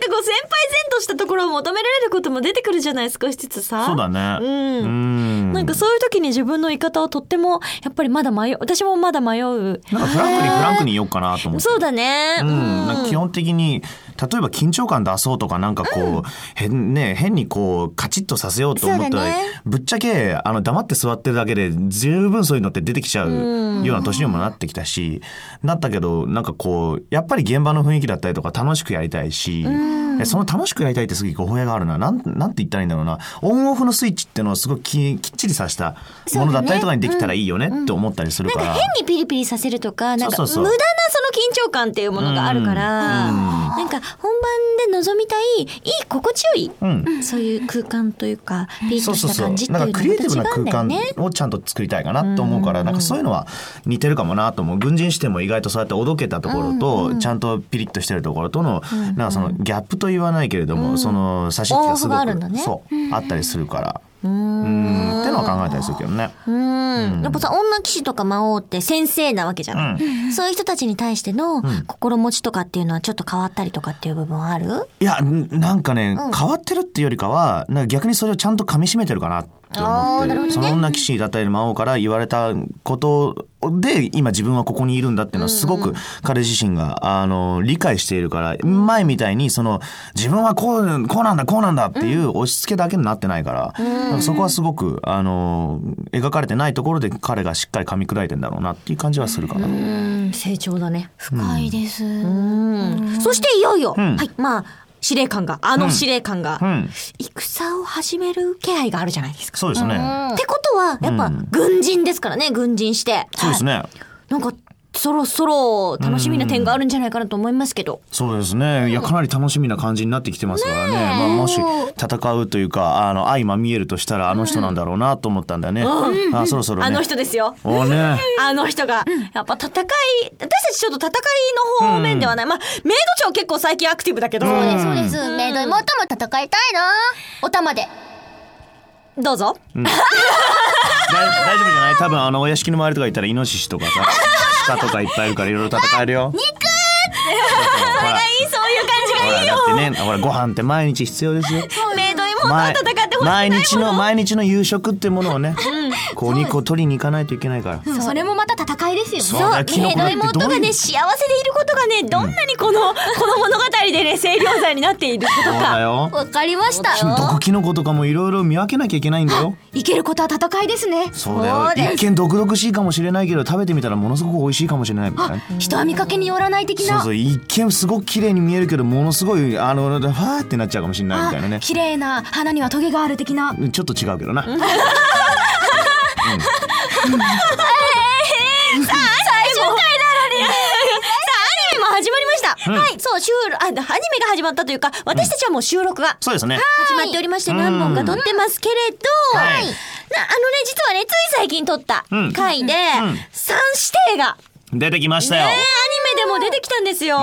Speaker 2: としたところを求められることも出てくるじゃない少しずつさ
Speaker 10: そうだねうん
Speaker 2: なんかそういう時に自分の言い方をとってもやっぱりまだ迷う私もまだ迷う
Speaker 10: なんかフランクにフランクに言おうかなと思って
Speaker 2: そうだね、
Speaker 10: うん、なんか基本的に例えば緊張感出そうとかなんかこう、変ね変にこうカチッとさせようと思ったら、ぶっちゃけあの黙って座ってるだけで十分そういうのって出てきちゃうような年にもなってきたし、なったけどなんかこうやっぱり現場の雰囲気だったりとか楽しくやりたいし、えその楽しくやりたいってすごい語弊があるななんなんて言ったらいいんだろうなオンオフのスイッチっていうのをすごくききっちりさしたものだったりとかにできたらいいよねって思ったりするから。
Speaker 2: 変にピリピリさせるとかなんか
Speaker 10: そうそうそう
Speaker 2: 無駄なその緊張感っていうものがあるから、
Speaker 10: うん
Speaker 2: なんか本番で望みたいいい心地よい、
Speaker 10: うん
Speaker 2: そういう空間というかピリッ
Speaker 10: そ
Speaker 2: と
Speaker 10: うそう
Speaker 2: した
Speaker 10: そう
Speaker 2: 感じってい
Speaker 10: な
Speaker 2: うんの
Speaker 10: か
Speaker 2: ま
Speaker 10: クリエイティブな
Speaker 2: た違うんだ
Speaker 10: 空
Speaker 2: よ
Speaker 10: 間
Speaker 2: ね
Speaker 10: をちゃんと作りたいかなと思うから、なんかそういうのは似てるかもなと思う軍人視点も意外とそうやっておどけたところと、ちゃんとピリッとしてるところとの、なんかそのギャップと言わないけれども、その差し引きがすご
Speaker 2: オンオフがある
Speaker 10: く
Speaker 2: んだね
Speaker 10: そうあったりするから。うんってのは考えたりするけどね。
Speaker 2: うん、やっぱさ女騎士とか魔王って先生なわけじゃない、そういう人たちに対しての心持ちとかっていうのはちょっと変わったりとかっていう部分はある、
Speaker 10: いやんなんかね、変わってるっていうよりかはなんか逆にそれをちゃんと噛み締めてるかなって思ってるその女騎士だったり魔王から言われたことで今自分はここにいるんだっていうのはすごく彼自身が、あの理解しているから前みたいにその自分はこうこうなんだこうなんだっていう押し付けだけになってないから、なんかそこはすごくあの描かれてないところで彼がしっかり噛み砕いてんだろうなっていう感じはするかな。
Speaker 2: 成長だね
Speaker 1: 深いです、
Speaker 2: そしていよいよ、
Speaker 10: ん
Speaker 2: はい、まあ、司令官が、あの司令官が、
Speaker 10: うん、
Speaker 2: 戦を始める気配があるじゃないですか。
Speaker 10: そうですね。
Speaker 2: ってことは、やっぱ、軍人ですからね、軍人して。
Speaker 10: そうですね。
Speaker 2: なんか、そろそろ楽しみな点があるんじゃないかなと思いますけど。
Speaker 10: そうですね。いや、かなり楽しみな感じになってきてますからね。まあ、もし戦うというか、あの、相まみえるとしたら、あの人なんだろうなと思ったんだよね。あ、そろそろね。
Speaker 2: あの人ですよ。
Speaker 10: おね。
Speaker 2: あの人が、やっぱ戦い、私たちちょっと戦いの方面ではない。まあ、メイド長結構最近アクティブだけど、
Speaker 1: そうですそうですメイド妹も戦いたいなお玉で
Speaker 2: どうぞ。
Speaker 10: 大大丈夫じゃない多分、あの、お屋敷の周りとか行ったら、イノシシとかさ、カとかいっぱいいるからいろいろ戦えるよ。肉それがいいそういう感じがいいよ。だってね、ほらご飯って毎日必要ですよ。
Speaker 2: メイドイ
Speaker 10: 毎毎日の毎日の夕食ってものをね、こうお肉を取りに行かないといけないから。
Speaker 1: それもまた戦いですよね
Speaker 10: そうだキノコだってどういう
Speaker 2: ね幸せでいることがねどんなにこの、この物語でね清涼剤になっていること
Speaker 10: そうだ
Speaker 2: か
Speaker 10: よ。
Speaker 1: わかりました
Speaker 10: き毒キノコとかもいろいろ見分けなきゃいけないんだ よ。
Speaker 1: いけることは戦いですね
Speaker 10: そうだよ。一見毒々しいかもしれないけど食べてみたらものすごく美味しいかもしれないみたいな。
Speaker 1: 人は見かけによらない的
Speaker 10: そう
Speaker 1: な
Speaker 10: そう一見すごく綺麗に見えるけどものすごいあのファーってなっちゃうかもしれないみたいなね。
Speaker 1: 綺麗な花にはトゲがある的な
Speaker 10: うんちょっと違うけどな。
Speaker 2: アニメも始まりました、はいそう収録あアニメが始まったというか私たちはもう収録が
Speaker 10: そうですね。
Speaker 2: 始まっておりまして何本か撮ってますけれど、なあの
Speaker 10: はい
Speaker 2: ね実はねつい最近撮った回で、
Speaker 10: んうん
Speaker 2: 三指定が
Speaker 10: 出てきましたよ。
Speaker 2: ねアニメでも出てきたんですよ。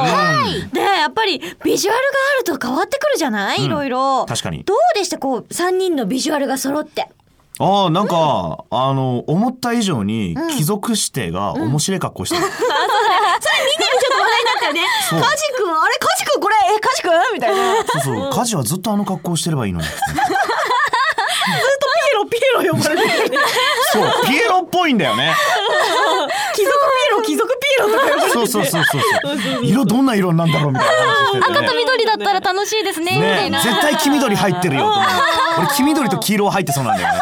Speaker 2: でやっぱりビジュアルがあると変わってくるじゃない、
Speaker 10: ん
Speaker 2: いろいろ。
Speaker 10: 確かに
Speaker 2: どうでしたこう3人のビジュアルが揃って。
Speaker 10: ああなんか、あの思った以上に貴族指定が面白い格好してる。それ見てる
Speaker 2: ジ君あれカジ君これえカジ君みたいな。
Speaker 10: ちょっと話題になったよね。そうそうそう家事はずっとあの格好してればいいの に。ずっとピエロピエロ呼ばれてる。そうピエロっぽいんだよね。
Speaker 4: 貴族ピエロ貴族ピエロとか呼ばれて
Speaker 10: そうそうそうそうそう。色どんな色なんだろうみたいな話してて、ね。
Speaker 1: 緑だったら楽しいですねみた
Speaker 10: ね
Speaker 1: いな
Speaker 10: 絶対黄緑入ってるよと思う俺黄緑と黄色は入ってそうなんだよね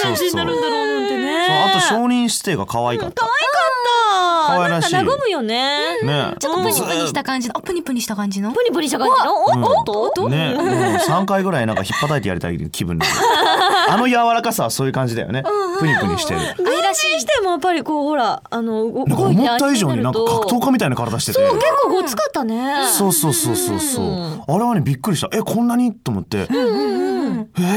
Speaker 10: そうそうそう
Speaker 4: るんだろうなんてね
Speaker 10: あと証人指定が可愛かった
Speaker 2: 可
Speaker 10: 可愛らしい
Speaker 2: なんか和むよね。
Speaker 10: ね
Speaker 1: ちょっとプニプニした感じのあプニプニした感じの
Speaker 2: プニプニした感じの。おおっとおっと。
Speaker 10: ねもう3回ぐらいなんか引っ叩いてやりたい気分であの柔らかさはそういう感じだよねプニプニしてる
Speaker 2: 愛らしいしてもやっぱりこうほらあの動
Speaker 10: なんか
Speaker 2: いて
Speaker 10: 思った以上になんか格闘
Speaker 2: 結
Speaker 10: 家みたいな体してて
Speaker 2: 構ごつかったね。
Speaker 10: そうそうそうそうそうあれはねびっくりしたえこんなにと思ってえ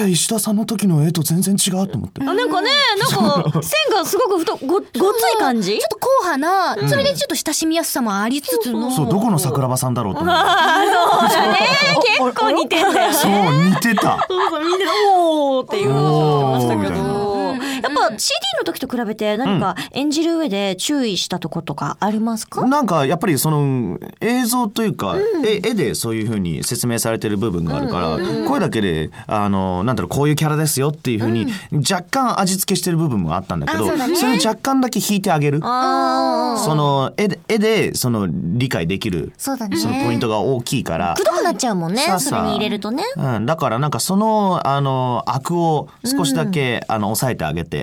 Speaker 10: ー石田さんの時の絵と全然違うと思って
Speaker 2: あなんかねなんか線がすごく太ごごつい感
Speaker 1: ちょ
Speaker 2: じ。
Speaker 1: っと硬派なそれでちょっと親しみやすさもありつつの
Speaker 10: そうどこの桜庭さんだろうと思って
Speaker 2: 結構似てんだよね。
Speaker 10: そう似て た
Speaker 4: そうそうみんなおーっていう
Speaker 10: おーみたいな
Speaker 2: そうやっぱ CD の時と比べて何か演じる上で注意したとことかありますか、
Speaker 10: なんかやっぱりその映像というか、え絵でそういうふうに説明されてる部分があるから、声だけであのなんだろうこういうキャラですよっていうふうに若干味付けしてる部分もあったんだけど、それを若干だけ引いてあげるその絵で絵でその理解できる
Speaker 2: そうだね
Speaker 10: そのポイントが大きいから。
Speaker 2: くどくなっちゃうもんね
Speaker 10: さあ
Speaker 2: そ
Speaker 10: さあ
Speaker 2: れに入れるとね
Speaker 10: うん、だからなんかそのあの悪を少しだけ、あの抑えてあげて、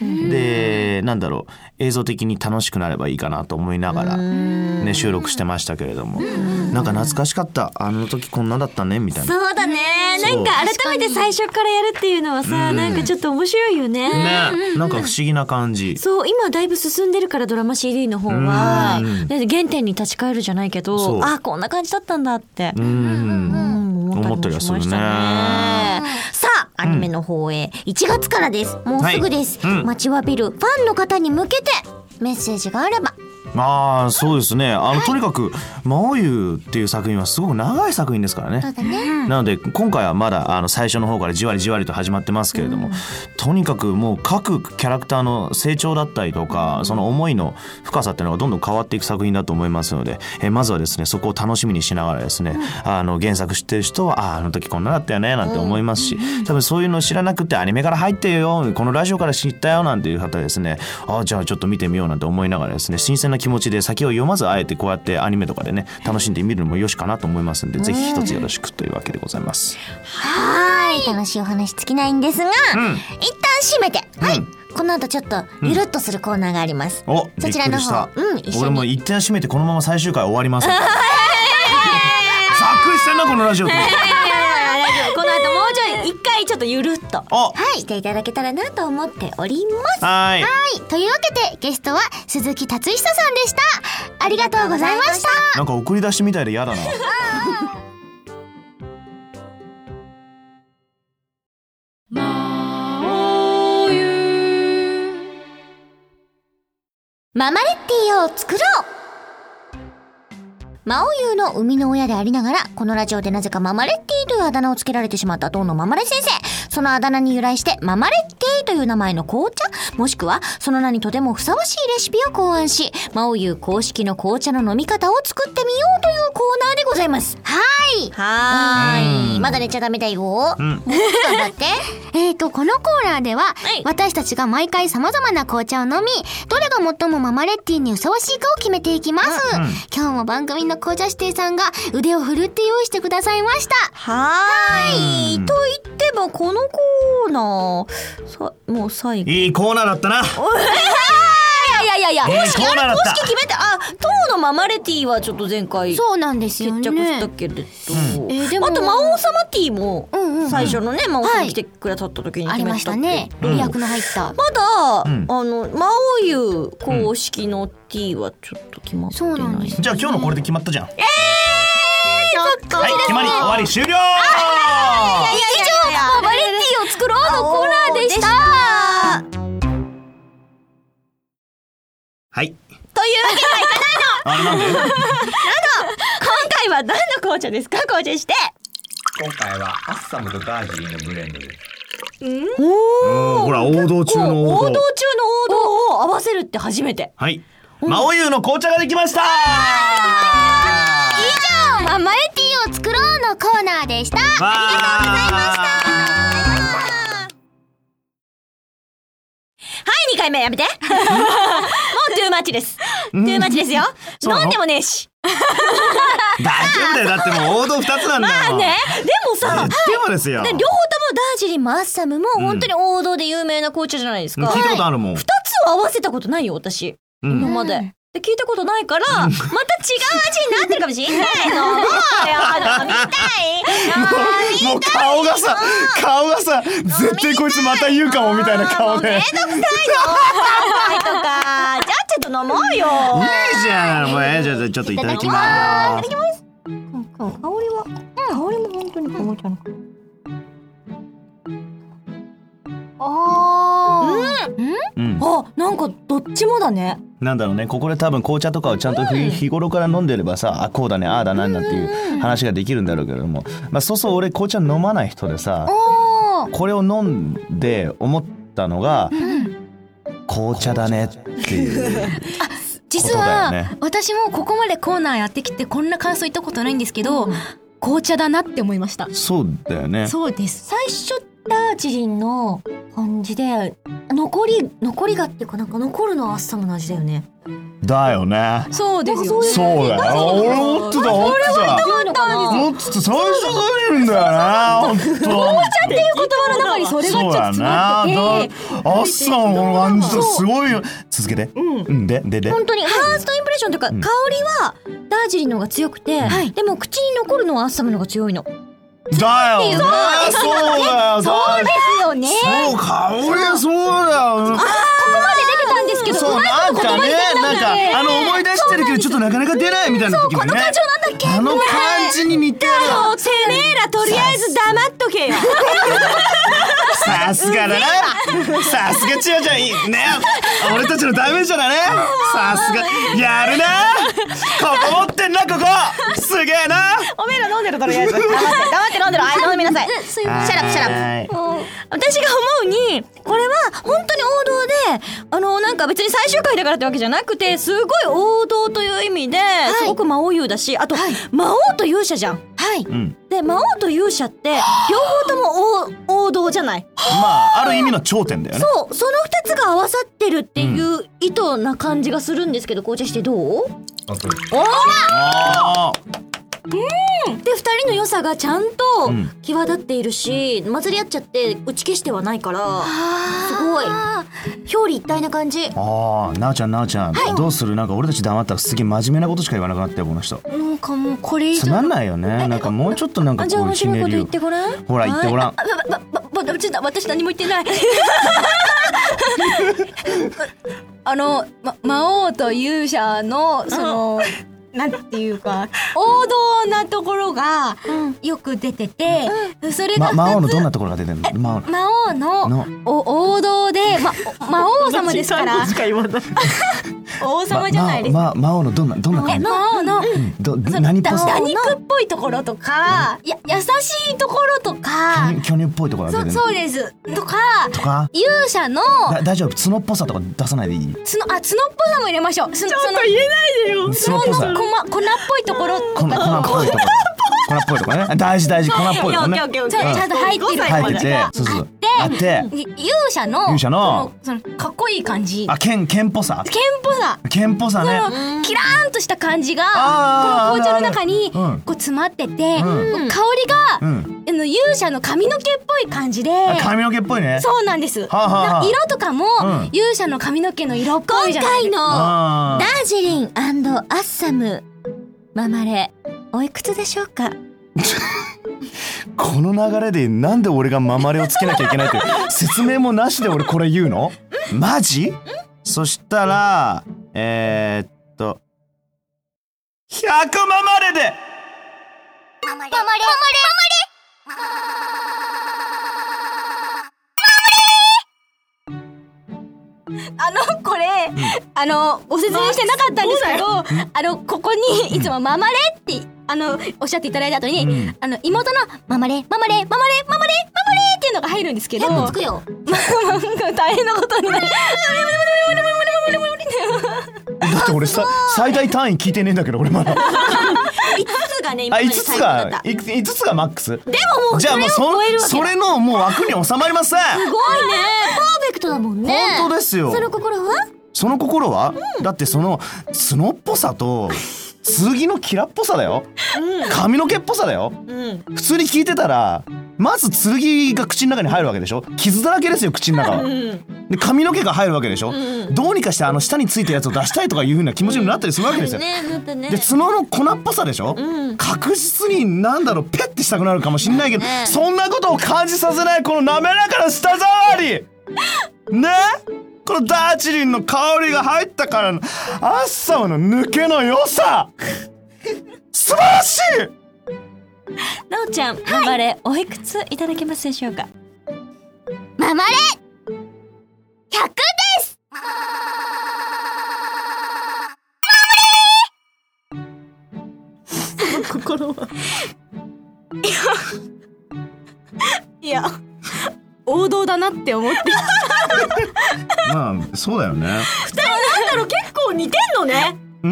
Speaker 10: でなんだろう映像的に楽しくなればいいかなと思いながら、ね、収録してましたけれども、なんか懐かしかったあの時こんなだったねみたいな。
Speaker 2: そうだね
Speaker 10: そう
Speaker 2: 改めて最初からやるっていうのはさ、なんかちょっと面白いよね
Speaker 10: ね、なんか不思議な感じ。
Speaker 2: そう今だいぶ進んでるからドラマ CD の方は、ね原点に立ち返るじゃないけ
Speaker 10: そう
Speaker 2: どあこんな感じだったんだって、
Speaker 10: う、
Speaker 2: うんん思ったりもしましたね
Speaker 10: 思
Speaker 2: さあアニメの放映、1月からですもうすぐです、
Speaker 10: はいうん
Speaker 2: 待ちわびるファンの方に向けてメッセージがあれば
Speaker 10: まあそうですねあのとにかく「魔王湯」っていう作品はすごく長い作品ですからね。なので今回はまだあの最初の方からじわりじわりと始まってますけれども、とにかくもう各キャラクターの成長だったりとかその思いの深さっていうのがどんどん変わっていく作品だと思いますので、えーまずはですねそこを楽しみにしながらですね、あの原作知ってる人は「あああの時こんなだったよね」なんて思いますし、多分そういうの知らなくてアニメから入ってよこのラジオから知ったよなんていう方ですねああじゃあちょっと見てみようなんて思いながらですね新鮮な気持ちで先を読まずあえてこうやってアニメとかでね楽しんでみるのもよしかなと思いますんで、ぜひ一つよろしくというわけでございます。
Speaker 2: はい楽しいお話尽きないんですが、
Speaker 10: うん
Speaker 2: 一旦締めて、はい
Speaker 10: うん
Speaker 2: この後ちょっとゆるっとするコーナーがあります、
Speaker 10: お、
Speaker 2: そちらの方
Speaker 10: びっくり
Speaker 2: うん一
Speaker 10: し
Speaker 2: 緒
Speaker 10: た
Speaker 2: に
Speaker 10: 俺もう一点締めてこのまま最終回終わり ます。ざっ くりしてんなこの ラジオ。
Speaker 2: この後もうちょい一回ちょっとゆるっと
Speaker 10: お、
Speaker 2: していただけたらなと思っております
Speaker 10: はい。
Speaker 1: はいというわけでゲストは鈴木達久さんでしたありがとうございました
Speaker 10: なんか送り出しみたいで嫌だな。
Speaker 2: ママレッティを作ろうマオユーの生みの親でありながら、このラジオでなぜかママレッティというあだ名をつけられてしまった当のママレ先生。そのあだ名に由来してママレッティという名前の紅茶もしくはその名にとてもふさわしいレシピを考案しマオユー公式の紅茶の飲み方を作ってみようというコーナーでございますはいはーいまだ寝ちゃダメだよ、
Speaker 10: ん
Speaker 2: 頑張って
Speaker 1: えー、と、このコーナーでは、
Speaker 2: い
Speaker 1: 私たちが毎回様々な紅茶を飲み、どれが最もママレッティにふさわしいかを決めていきます。今日も番組の紅茶師弟さんが腕を振るって用意してくださいました。
Speaker 2: はーい
Speaker 10: うん
Speaker 2: と言ってもこのコーナーさもう最後
Speaker 10: いいコーナーだったな。
Speaker 2: いやいやいや
Speaker 10: いい
Speaker 2: 公式
Speaker 10: コーナー
Speaker 2: あ
Speaker 10: だ
Speaker 2: れ
Speaker 10: っ
Speaker 2: 公
Speaker 10: た
Speaker 2: 式決めてあ当のママレティはちょっと前回
Speaker 1: そうなんですよ
Speaker 2: 決着
Speaker 1: ね。
Speaker 2: したけれ
Speaker 1: ん
Speaker 2: ど、
Speaker 1: えーでも
Speaker 2: あと魔王様ティーも
Speaker 1: うんうん
Speaker 2: 最初のね、魔王さ
Speaker 1: は
Speaker 2: ん
Speaker 1: い
Speaker 2: 来てくださった時に
Speaker 1: あ
Speaker 2: 決
Speaker 1: り
Speaker 2: め
Speaker 1: ま
Speaker 2: て
Speaker 1: したた
Speaker 2: って
Speaker 1: ね。
Speaker 10: うん
Speaker 1: 予約の入った。
Speaker 2: まだ、
Speaker 10: うん
Speaker 2: あの魔王湯公式のティーはちょっと決まってな
Speaker 1: そ
Speaker 2: い、
Speaker 1: うなんです
Speaker 10: じゃあ今日のこれで決まったじゃん。は
Speaker 1: そっか
Speaker 10: い、決まり終わり終
Speaker 2: 以
Speaker 10: 了。
Speaker 2: 上ママレティを作ろうのコーナーでした
Speaker 10: はい。
Speaker 2: というわけで
Speaker 10: あれなんだよ。
Speaker 2: 今回は何の紅茶ですか紅茶して
Speaker 11: 今回はアッサムとダージリンのブレンドです。
Speaker 10: うんほら王道中の
Speaker 2: 王道中の王
Speaker 10: 王道。
Speaker 2: 道を合わせるって初めて
Speaker 10: はい。マオユの紅茶ができました。
Speaker 1: ママレティを作ろうのコーナーでした。
Speaker 10: わあ
Speaker 2: はい、2回目やめて。も うトゥーマッチです。トゥーマッチですよ。
Speaker 10: そうなの
Speaker 2: 飲んでもねえし。
Speaker 10: 大丈夫だよ。だってもう王道二つなんだよ。
Speaker 2: ね、でもさ、
Speaker 10: 言ってもですよ。
Speaker 2: で
Speaker 10: 聞
Speaker 2: 両方ともダ
Speaker 10: い
Speaker 2: ージリンもアッサムも本当に王道で有名な紅茶じゃないですか。二、
Speaker 10: たことあるもん。
Speaker 2: つを合わせたことないよ、私。
Speaker 10: うん
Speaker 2: 今まで。で聞いたことないから、また違う味になってるかもしれ ないの。もうよ、飲みたい。も
Speaker 10: もう顔がさ、顔がさ、絶対こいつまた言うかもみたいな顔で。いい
Speaker 2: うとか、じゃあちょっと飲もうよ。
Speaker 10: じゃん。もうええじゃあちょっといただきます。
Speaker 2: 香りは、香りも本当に紅茶の香り。
Speaker 1: あ
Speaker 10: うん。
Speaker 2: あ、なんかどっちもだね。
Speaker 10: なんだろうね。ここで多分紅茶とかをちゃんと日日頃から飲んでればさ、あこうだね、ああだなんだっていう話ができるんだろうけれども、まあそうそう俺紅茶飲まない人でさ、これを飲んで思ったのが、紅茶だねっていう。
Speaker 4: 実
Speaker 10: ことだよ
Speaker 4: は
Speaker 10: ね
Speaker 4: 私もここまでコーナーやってきてこんな感想言ったことないんですけど、紅茶だなって思いました。
Speaker 10: そうだよね。
Speaker 4: そうです。
Speaker 2: 最初ダージリンの感じで残り残りがっていうかなんか残るのはアッサムの味だよね
Speaker 10: だよね。
Speaker 4: そうですよ。
Speaker 10: そうだよ。俺もっとだ、もっとだ。
Speaker 2: 強いのかな
Speaker 10: もっと最初からいるんだよな。本当。紅茶っていう
Speaker 4: 言葉の中にそれがちょっと詰まってて、
Speaker 10: あっさんこの感じとすごいよ。続けて。うん。ででで。
Speaker 2: 本当にファーストインプレッションというか、
Speaker 10: ん
Speaker 2: 香りはダージリンの方が強くて、でも口に残るのはアッサムの方が強いの
Speaker 10: だよね。そうだよ。そう
Speaker 2: ですよね
Speaker 10: そう香りはそうだよ。
Speaker 2: なんですけど
Speaker 10: そうなんかね、なんかあの思い出してるけどちょっとなかなか出ないみたいな時もね。あの感じに似てる。
Speaker 2: もうてめえらとりあえず黙っとけよ
Speaker 10: さすがだな。さすが千代ちゃんいいね。俺たちの代弁者だね。さすがやるな。ここ持ってんなここ。すげえな。
Speaker 2: おめえら飲んでるとりあえ ず黙って黙って 飲んでるあい飲みなさいシャラップシャラップ
Speaker 10: ップ。
Speaker 2: 私が思うにこれは本当に王道であのなんか別に最終回だからってわけじゃなくてすごい王道という意味で、すごく魔王勇だしあと、魔王と勇者じゃん。
Speaker 1: はい。
Speaker 10: うん。
Speaker 2: で魔王と勇者って両方とも王王道じゃない。
Speaker 10: まあある意味の頂点だよね。
Speaker 2: そうその二つが合わさってるっていう意図な感じがするんですけど紅茶してどう
Speaker 11: 僕
Speaker 10: あー
Speaker 2: で二人の良さがちゃんと
Speaker 10: うん
Speaker 2: 際立っているし、混ざり合っちゃって打ち消してはないからすごい表裏一体な感じ。
Speaker 10: あー。なおちゃんなおちゃん、どうするなんか俺たち黙ったらすげえ真面目なことしか言わなくなったよこの人。
Speaker 4: なんかもうこれ以
Speaker 10: つ
Speaker 4: 上
Speaker 10: まんないよね。なんかもうちょっとなんか
Speaker 2: あじゃあ
Speaker 10: こう
Speaker 2: 面
Speaker 10: ひ
Speaker 2: 白い
Speaker 10: ね
Speaker 2: こと
Speaker 10: り
Speaker 2: 言っ
Speaker 10: を。
Speaker 2: てごらん。
Speaker 10: ほら言ってごらん。
Speaker 2: ばばばばちょっと私何も言ってない。
Speaker 4: あの、ま、魔王と勇者のその、なんていうか王道なところがよく出てて、それが
Speaker 10: ま魔王のどんなところが出てるの？魔王の。
Speaker 4: 魔王の
Speaker 10: の
Speaker 4: お王道で、ま、魔王様ですから
Speaker 10: か言わない。
Speaker 4: 王様じゃないですか。
Speaker 10: まま魔王のどんなどんな
Speaker 4: え
Speaker 10: 感じ
Speaker 4: 魔王の
Speaker 10: ど何っぽ
Speaker 4: だ
Speaker 10: さ
Speaker 4: 打肉っぽいところとか、や優しいところとか、
Speaker 10: 巨乳っぽいところが出
Speaker 4: そ
Speaker 10: てる
Speaker 4: そうですとか
Speaker 10: とか
Speaker 4: 勇者の
Speaker 10: だ大丈夫角っぽさとか出さないでいい
Speaker 4: 角あ角っぽさも入れましょう。ちょっと言えないでよ
Speaker 10: 角っぽさ
Speaker 4: の粉粉っぽいところと
Speaker 10: 粉粉っ
Speaker 4: か。
Speaker 10: ぽいとこ粉っぽいとこね大事大事粉っぽいとこね
Speaker 4: ちゃんちゃんと入ってる
Speaker 10: 入っててそうそうあって
Speaker 4: で勇者の
Speaker 10: 勇者の
Speaker 4: そのそのかっこいい感じ
Speaker 10: あ剣剣っぽさ
Speaker 4: 剣っぽさ
Speaker 10: 剣っぽさ
Speaker 4: こ
Speaker 10: ね
Speaker 4: のキラーンとした感じが
Speaker 10: あー
Speaker 4: この紅茶の中に
Speaker 10: あるあるうん
Speaker 4: こう詰まってて、こう香りが、
Speaker 10: うん
Speaker 4: あの勇者の髪の毛っぽい感じで
Speaker 10: あ髪の毛っぽいね
Speaker 4: そうなんです、
Speaker 10: はあはあはあ
Speaker 4: な色とかも、
Speaker 10: うん
Speaker 4: 勇者の髪の毛の色っぽいじゃ
Speaker 2: 今
Speaker 4: ない
Speaker 2: 回の
Speaker 10: あ
Speaker 2: ダ
Speaker 10: ー
Speaker 2: ージリンアッサムママレおいくつでしょうか
Speaker 10: この流れでなんで俺がママレをつけなきゃいけないっていう説明もなしで俺これ言うのマジそしたらえー、っと100ママレで
Speaker 4: あのこれ、あのご説明してなかったんですけど、あのここにいつも「ママレ」ってあのおっしゃっていただいた後に、
Speaker 10: うん
Speaker 4: あの妹の「ママレママレママレママレママレ」っていうのが入るんですけど
Speaker 2: つくよ
Speaker 4: 大変なこと になる。
Speaker 10: だって俺さ最大単位聞いてねえんだけど俺まだ
Speaker 2: つがね
Speaker 10: あ
Speaker 2: 今
Speaker 10: 5つがい5つがマックスでも
Speaker 2: もう
Speaker 10: じゃあもうそそれのもう枠に収まりません
Speaker 2: パーフェクトだもんね
Speaker 10: 本当ですよ
Speaker 2: その心は
Speaker 10: その心は、だってその角っぽさと剣のキラっぽさだよ、髪の毛っぽさだよ、普通に聞いてたらまず剣が口の中に入るわけでしょ傷だらけですよ口の中は、で髪の毛が入るわけでしょ、どうにかしてあの下についたやつを出したいとかいうふうな気持ちになったりするわけですよ、
Speaker 2: ねなんかね
Speaker 10: で角の粉っぽさでしょ、確実になんだろうペッてしたくなるかもしんないけど、
Speaker 2: ね
Speaker 10: そんなことを感じさせないこの滑らかな舌触りねこのダーチリンの香りが入ったからのアッサムの抜けの良さ素晴らしい
Speaker 2: なおちゃんママレおいくついただけますでしょうか
Speaker 1: ママレ
Speaker 4: いや王道だなって思って
Speaker 10: まあそうだよね
Speaker 4: 結構似てんのね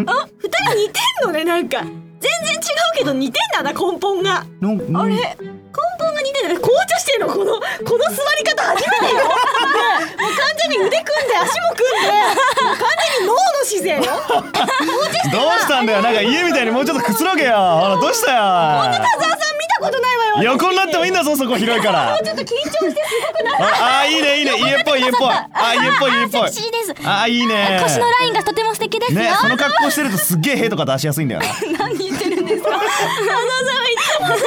Speaker 10: ん
Speaker 4: あ二人似てんのねなんか全然違うけど似てんだな根本が
Speaker 10: あれ
Speaker 4: 根本が似てんだね紅茶してんのこのこの座り方初めて よねえもう完全に腕組んで足も組んでもう完全に脳の自然よ
Speaker 10: どうしたんだよなんか家みたいにもうちょっとくつろげよほらどうしたよ
Speaker 4: 田さん見たことないわよ
Speaker 10: 横になってもいいんだぞそこ広いから
Speaker 4: ちょっと緊張して
Speaker 10: ああいいねいいね家っぽい家っぽいあ家っぽい家っぽい
Speaker 4: しいです
Speaker 10: ああいいね
Speaker 4: 腰のラインがとても素敵ですよ、
Speaker 10: ねその格好してるとすっげえ屁とか出しやす いんだよな
Speaker 4: 何言ってるんですか田さんはいつもなんかこ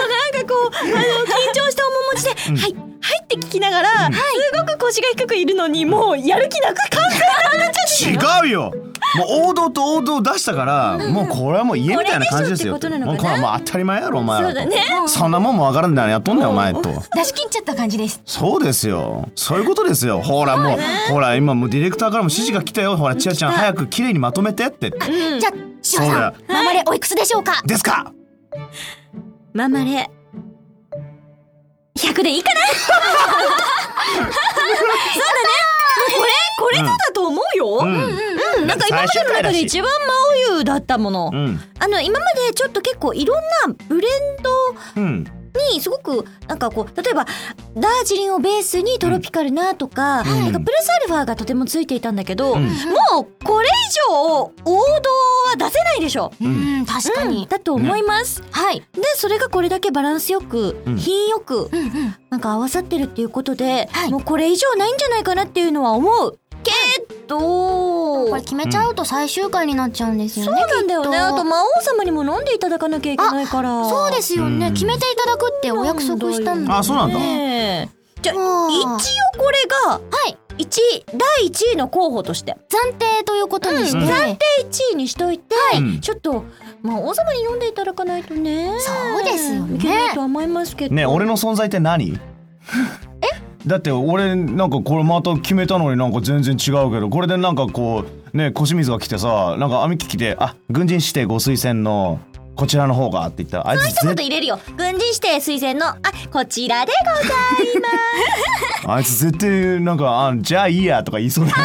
Speaker 4: うあの緊張した面持ちで、はいはいって聞きながら、すごく腰が低くいるのにもうやる気なく完全
Speaker 10: 違うよもう王道と王道を出したから、もうこれはもう家みたいな感じですよ
Speaker 2: これでしょってことなのかな
Speaker 10: もうこれはもう当たり前やろお前らと
Speaker 2: そうだね
Speaker 10: そんなもんもわからんだらやっとんねんお前と
Speaker 4: 出し切っちゃった感じです
Speaker 10: そうですよそういうことですよほらもうほら今もうディレクターからも指示が来たよほら千秋ちゃん早く綺麗にまとめてって
Speaker 1: じゃあ
Speaker 10: そうだよ
Speaker 1: ママレおいくつでしょうか
Speaker 10: ですか
Speaker 2: ママレ100でいいかな
Speaker 4: これぞだと思うよ、
Speaker 10: うん
Speaker 2: うんなんか今までの中で一番真央優だったもの、
Speaker 10: うん
Speaker 2: あの今までちょっと結構いろんなブレンド
Speaker 10: うん
Speaker 2: にすごくなんかこう例えばダージリンをベースにトロピカルなとか,、
Speaker 10: ん
Speaker 2: なんかプラスアルファがとてもついていたんだけど、
Speaker 10: うん
Speaker 2: もうこれ以上王道は出せないでしょ。
Speaker 10: うん
Speaker 1: うん確かに、
Speaker 2: だと思います、はいでそれがこれだけバランスよく、
Speaker 10: うん
Speaker 2: 品よく、なんか合わさってるっていうことで、もうこれ以上ないんじゃないかなっていうのは思うけど、
Speaker 1: これ決めちゃうと最終回になっちゃうんですよね、
Speaker 2: そうなんだよね
Speaker 1: きっと
Speaker 2: あと魔王様にも飲んでいただかなきゃいけないから
Speaker 1: そうですよね、
Speaker 10: うん
Speaker 1: 決めていただくってお約束したんで
Speaker 10: あそうなんだ、
Speaker 2: ねえじゃあ一
Speaker 1: も
Speaker 2: 応
Speaker 1: う
Speaker 2: これが
Speaker 1: はい
Speaker 2: 一位第1位の候補として
Speaker 1: 暫定ということにして、
Speaker 10: うん
Speaker 1: 暫定
Speaker 2: 1位にしといて、
Speaker 10: うん
Speaker 2: ちょっとまあ王様に読んでいただかないとね
Speaker 1: そうですよね
Speaker 2: いけないとは思いますけど
Speaker 10: ねえ俺の存在って何えだって俺なんかこれまた決めたのになんか全然違うけどこれでなんかこうね小清水が来てさなんか網機来て「あ軍人指定ご推薦のこちらの方が」って言ったらあいつ
Speaker 2: 一
Speaker 10: ぜ
Speaker 2: 言入れるよ軍事指定推薦のあこちらでございます
Speaker 10: あいつ絶対なんか「あじゃあいいや」とか言いそうだよね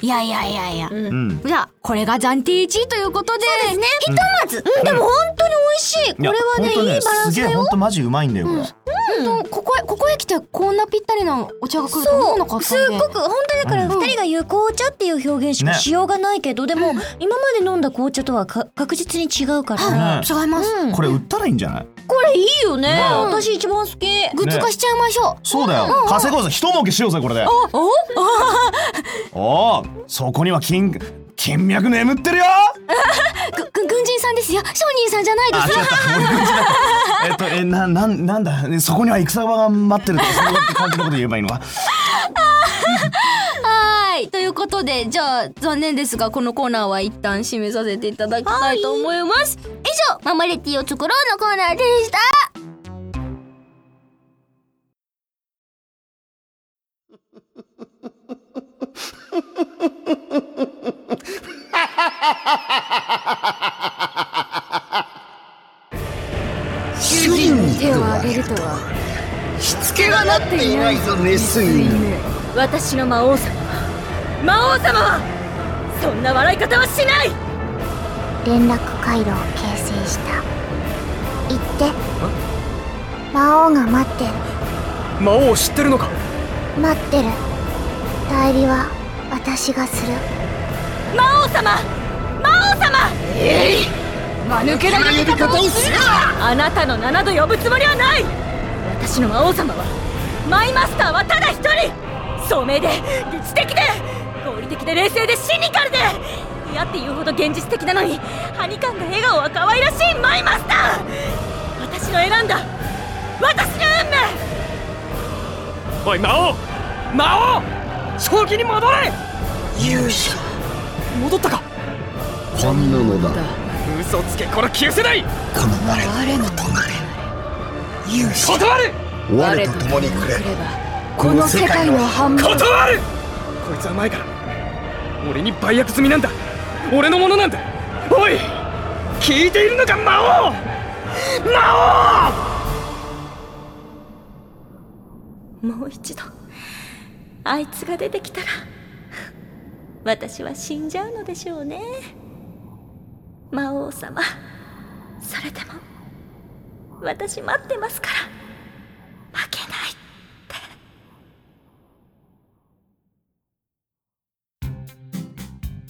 Speaker 1: いやいやいやいや、
Speaker 10: うん
Speaker 4: じゃあこれが暫定1位ということで
Speaker 1: そうですねひとまず、うん、でも本当に美味しいこ
Speaker 10: い
Speaker 1: れ
Speaker 10: や
Speaker 1: はね
Speaker 10: ほんと
Speaker 1: いいバラン
Speaker 10: す
Speaker 1: ス
Speaker 10: げえ
Speaker 1: だ
Speaker 10: ほ
Speaker 1: よ
Speaker 10: んとマジうまいんだよこれ
Speaker 4: 本当ここへここへ来てこんなぴったりなお茶が来ると思わなかった
Speaker 1: す
Speaker 4: ん
Speaker 1: っ
Speaker 4: で
Speaker 1: ごく本当だから
Speaker 10: うん
Speaker 1: 二人が言う紅茶っていう表現しか
Speaker 10: ね
Speaker 1: しようがないけど、でも今まで飲んだ紅茶とはか確実に違うからね、
Speaker 4: 違います、
Speaker 1: うん、
Speaker 10: これ売ったらいいんじゃない
Speaker 1: これいいよね、
Speaker 10: ね
Speaker 1: 私一番好き
Speaker 4: グッズ化しちゃいましょう、
Speaker 10: そうだよ稼ごうぜ一儲けしようぜこれでおおそこには金金脈眠ってるよ
Speaker 4: ぐぐ軍人さんですよ商人さんじゃないで
Speaker 10: あ、違
Speaker 4: す
Speaker 10: った。えっと、え、な、なん、なんだ、ねそこには戦場が待ってるとか、そういう感じのこと言えばいいのか。
Speaker 4: はいということでじゃあ残念ですがこのコーナーは一旦締めさせていただきたいと思います、
Speaker 1: 以上ママレティを作ろうのコーナーでした
Speaker 3: 主人に手を挙げるとはしつけがなっていないぞメス犬私の魔王様は魔王様はそんな笑い方はしない
Speaker 12: 連絡回路を形成した行って魔王が待ってる
Speaker 6: 魔王を知ってるのか
Speaker 12: 待ってる代理は私がする
Speaker 3: 魔王様魔王様えい間抜けな呼び方をするなあなたの七度呼ぶつもりはない私の魔王様はマイマスターはただ一人聡明で理知的で合理的で冷静でシニカルで嫌っていうほど現実的なのにはにかんだ笑顔は可愛らしいマイマスター私の選んだ私の運命
Speaker 6: おい魔王魔王正気に戻れ勇者戻ったか
Speaker 11: こんなのだ
Speaker 6: 嘘つけこの旧世代
Speaker 11: この我のとなれ勇者
Speaker 6: 断る
Speaker 11: 我と共にくれこの世界の半
Speaker 6: 断るこいつは前から俺に売約済みなんだ俺のものなんだおい聞いているのか魔王魔王
Speaker 2: もう一度あいつが出てきたら私は死んじゃうのでしょうね魔王様それでも私待ってますから負けない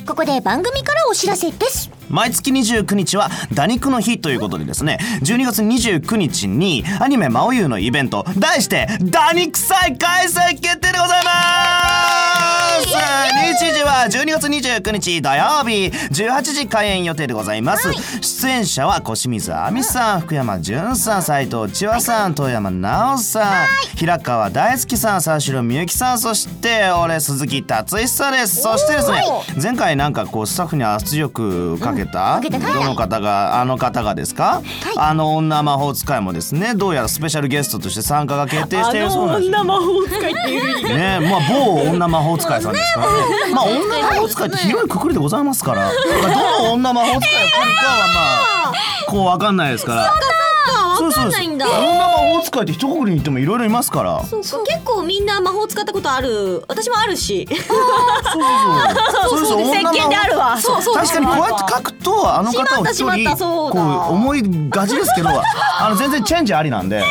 Speaker 1: ここで番組からお知らせです
Speaker 10: 毎月29日は打肉の日ということでですね12月29日にアニメ「真央優」のイベント題して「打肉祭」開催決定でございます日時は12月29日土曜日18時開演予定でございます、出演者は小清水亜美さん福山潤さん斎藤千和さん遠山奈緒さん、平川大輔さん沢城みゆきさんそして俺鈴木達久ですそしてですね前回なんかこうスタッフに圧力かけた、どの方があの方がですか、あの女魔法使いもですねどうやらスペシャルゲストとして参加が決定しているそうなんです
Speaker 2: 魔法使いっていう
Speaker 10: ねまあ某女魔法使いさんですからね。まあ女魔法使いって広いくくりでございますから、まあどの女魔法使いが来るかはまあこうわかんないですから。そうそうそう。女魔法使いって一括りに言ってもいろいろいますから。そう
Speaker 2: 結構みんな魔法使ったことある私もあるし
Speaker 10: そうそうそう。
Speaker 2: 石鹸であるわそうそう
Speaker 10: 確かにこうやって書くとあの方を一
Speaker 2: しまったしまっ
Speaker 10: 人
Speaker 2: たそう
Speaker 10: こ
Speaker 2: だ
Speaker 10: う思いがちですけど、あの全然チェンジありなんで。ええ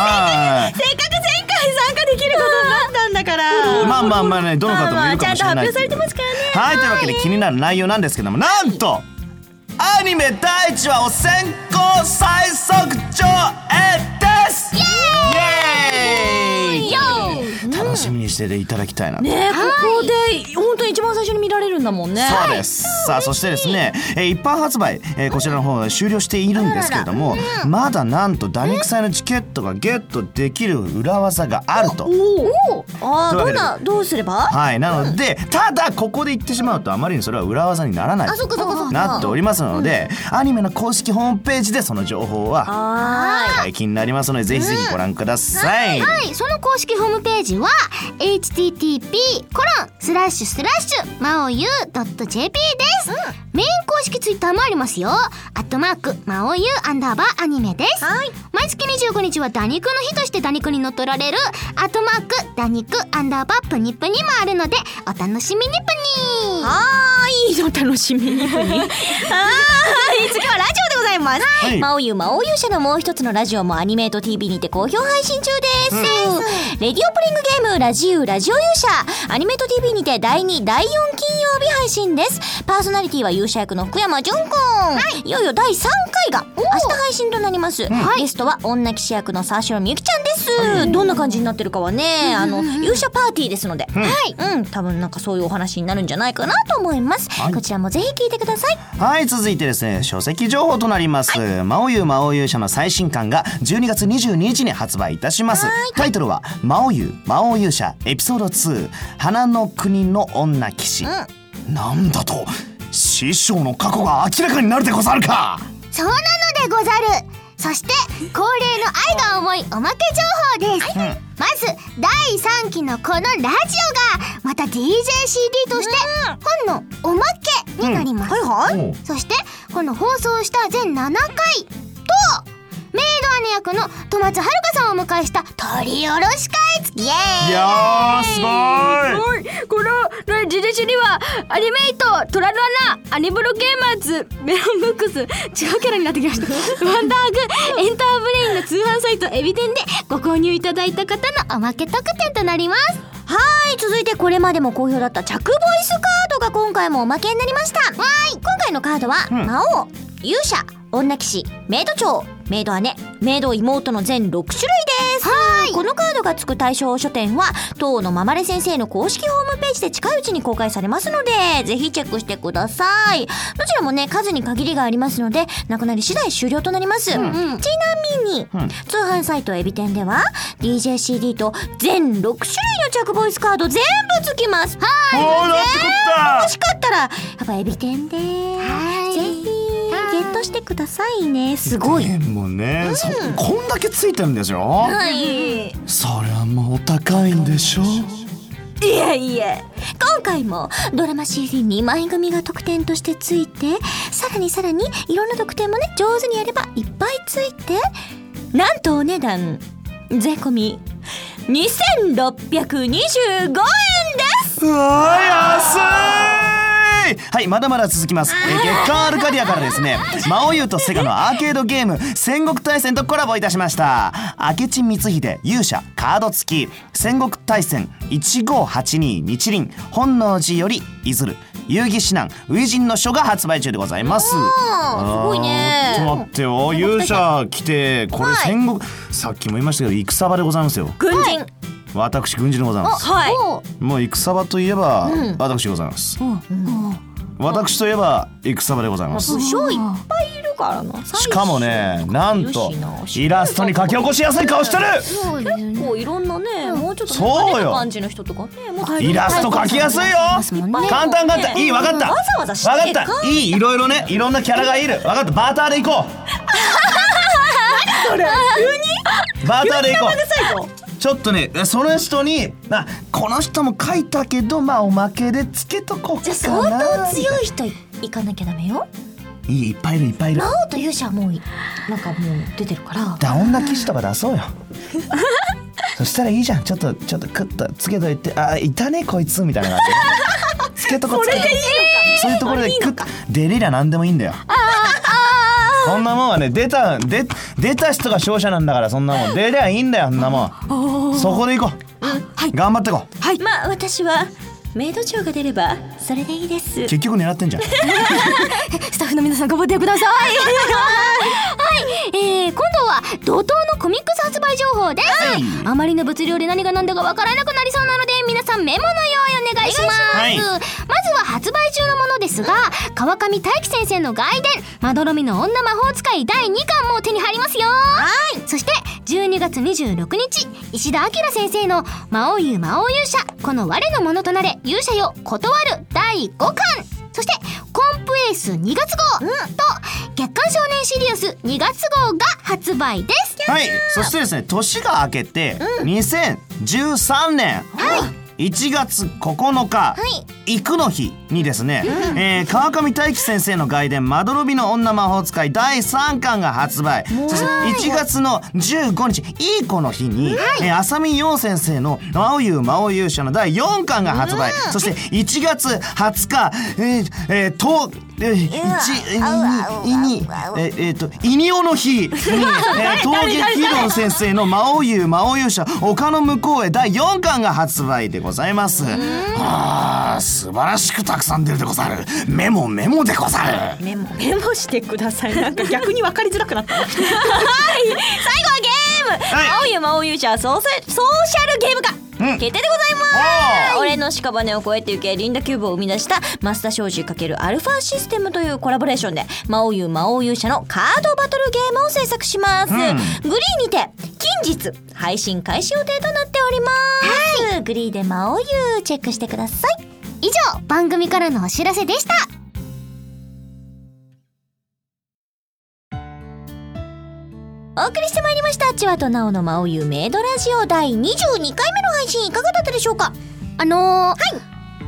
Speaker 10: はい。
Speaker 2: せっかく前回参加できることになったんだから
Speaker 10: まあまあまあねどの方もいるかもしれないですけど
Speaker 2: まあまあちゃんと発表されてますからね
Speaker 10: はいというわけで気になる内容なんですけどもなんとアニメ第1話を先行最速上映ですイエーイ楽しみにしていただきたいなと
Speaker 2: ねここで本当に一番最初に見られるんだもんね
Speaker 10: そうです、さあそしてですね、えー一般発売、えーこちらの方が終了しているんですけれどもまだなんと打肉祭のチケットがゲットできる裏技があると
Speaker 2: ああ
Speaker 10: という
Speaker 2: ど
Speaker 10: わけ
Speaker 2: ん
Speaker 10: で
Speaker 2: などうすれば
Speaker 10: はいなので、ただここで言ってしまうとあまりにそれは裏技にならない
Speaker 2: っかそっかそっ
Speaker 10: なっておりますので、アニメの公式ホームページでその情報は
Speaker 2: あ
Speaker 10: 解禁になりますのでぜひぜひご覧ください、
Speaker 1: はい、その公式ホームページは http コロンスラッシュスラッシュまおゆ .jp です、メイン公式ツイッターもありますよアットマークまおゆアンダーバーアニメです、毎月25日は打肉の日として打肉に乗っ取られるアットマーク打肉アンダーバープニプニもあるのでお楽しみにプニ
Speaker 2: あいいの楽しみにあー次はラジオでございます、
Speaker 10: はい
Speaker 2: 魔王優魔王勇者のもう一つのラジオもアニメート TV にて好評配信中です、レディオプリングゲームラジウラジオ勇者アニメート TV にて第2第4金曜日配信ですパーソナリティは勇者役の福山潤君、い、よいよ第3回が明日配信となります、ゲストは女騎士役の沢城みゆきちゃんです、どんな感じになってるかはねあの勇者パーティーですので、はい、うん、多分なんかそういうお話になるんじゃないかなと思います、
Speaker 10: はい
Speaker 2: こちらもぜひ聞いてください
Speaker 10: はい続いてですね書籍情報となります「魔王優魔王勇者」の最新刊が12月22日に発売いたしますタイトルは「魔王優魔王勇者エピソード2花の国の女騎士」なんだと師匠の過去が明らかになるでござるか
Speaker 1: そうなのでござるそして恒例の愛が重いおまけ情報です、まず第3期のこのラジオがまた DJCD として本のおまけになります、
Speaker 2: は
Speaker 10: おう
Speaker 1: そしてこの放送した全7回とメイド姉役の戸松遥さんをお迎えした取り下ろし会付きイエーイ
Speaker 10: いやーすごい
Speaker 3: おいこのラジデシにはアニメイトトラルアナアニブロゲーマーズメロンブックス違うキャラになってきま したワンダーグエンターブレインの通販サイトエビテンでご購入いただいた方
Speaker 1: のおまけ特典となります
Speaker 2: はい続いてこれまでも好評だった着ボイスカードが今回もおまけになりましたはい今回のカードは、
Speaker 10: ん
Speaker 2: 魔王勇者女騎士メイド長メイド姉メイド妹の全6種類ですこのカードがつく対象書店は当のままれ先生の公式ホームページで近いうちに公開されますのでぜひチェックしてくださいどちらもね数に限りがありますのでなくなり次第終了となります、ちなみに、
Speaker 10: うん
Speaker 2: 通販サイトエビ天では DJCD と全6種類の着ボイスカード全部つきますはい
Speaker 10: おーなんてこった
Speaker 2: 欲しかったらやっぱエビ天でぜひゲットしてくださいねすごい
Speaker 10: でもね、そこんだけついてるんですよ
Speaker 2: はい
Speaker 10: それはもうお高いんでしょ
Speaker 2: いえいえ今回もドラマ CD2 枚組が特典としてついてさらにさらにいろんな特典もね上手にやればいっぱいついてなんとお値段税込み2625円です
Speaker 10: うわ安いはいまだまだ続きます、えー月刊アルカディアからで すね魔王優とセガのアーケードゲーム戦国大戦とコラボいたしました明智光秀勇者カード付き戦国大戦1582日輪本能寺よりいずる遊戯指南初陣の書が発売中でございますす
Speaker 2: ごいね
Speaker 10: ちょっと待ってよ勇者来てこれ戦国、さっきも言いましたけど戦場でございますよ
Speaker 2: 軍人
Speaker 10: 私軍人でございます
Speaker 2: はい
Speaker 10: もう戦場といえば、私でございます、私といえば戦場でございます、
Speaker 2: 将いっぱいいるからな
Speaker 10: しかもねなんとイラストに書き起こしやすい顔してる
Speaker 2: 結構いろんなね、もうちょっと
Speaker 10: そうよ
Speaker 2: 派手な感じの人とかねもっと
Speaker 10: イラスト描きやすいよ簡単簡単いいわかった
Speaker 2: わざわざ知って
Speaker 10: わかったいいいろいろねいろんなキャラがいるわかったバーターで行こうバーターで行こうちょっとねその人にあこの人も書いたけどまあおまけでつけとこうか
Speaker 2: じ
Speaker 10: な
Speaker 2: ゃあ相当強い人い行かなきゃダメよ
Speaker 10: いいいっぱいいるいっぱいいる
Speaker 2: 魔王と勇者はもういなんかもう出てるから
Speaker 10: だ女騎士とか出 そうよそしたらいいじゃんちょっとちょっとクッとつけといてあいたねこいつみたいな感じつけとこつけとこそういうところでクッと出れりゃ何でもいいんだよこんなもんはね出た出出た人が勝者なんだからそんなもん出りゃいいんだよそんなもんそこで行こう、頑張ってこう
Speaker 2: はいまあ私はメイド長が出ればそれでいいです
Speaker 10: 結局狙ってんじゃん
Speaker 3: スタッフの皆さん頑張ってください
Speaker 1: えー、今度は怒涛のコミックス発売情報です、あまりの物量で何が何だかわからなくなりそうなので皆さんメモの用意お願いします
Speaker 10: はい
Speaker 1: まずは発売中のものですが川上大輝先生の外伝「まどろみの女魔法使い」第2巻も手に入りますよはいそして12月26日石田明先生の「魔王優魔王勇者この我のものとなれ勇者よ断る」第5巻そしてコンプエース2月号と月刊少年シリウス2月号が発売です
Speaker 10: はい、そしてですね、年が明けて、2013年。1月9日、行くの日にですね、えー川上大輝先生の外伝「まどろびの女魔法使い」第3巻が発売そして1月の15日いい子の日に、えー浅見陽先生の「魔王優魔王勇者」の第4巻が発売そして1月20日えーえーとえー、ちいにいにえーえーと「いにおの日」に、えー、陶芸ヒーロー先生の「魔王優魔王勇者丘の向こうへ」第4巻が発売でございます。あー素晴らしくたくさん出るでござるメモメモでござる
Speaker 13: メモメモしてくだ さいなんか逆に分かりづらくなった
Speaker 2: 最後はゲーム、
Speaker 10: はい
Speaker 2: 魔王湯魔王勇者ソーシャソーシャルゲーム化、
Speaker 10: うん
Speaker 2: 決定でございます俺の屍を越えてゆけリンダキューブを生み出したマスター商事×アルファシステムというコラボレーションで魔王優魔王勇者のカードバトルゲームを制作します、グリーにて近日配信開始予定となっております、グリーで魔王優チェックしてください
Speaker 1: 以上番組からのお知らせでした
Speaker 2: お送りしてまいりました「チワとナオの魔王優メイドラジオ」第22回目の配信いかがだったでしょうか
Speaker 1: あのー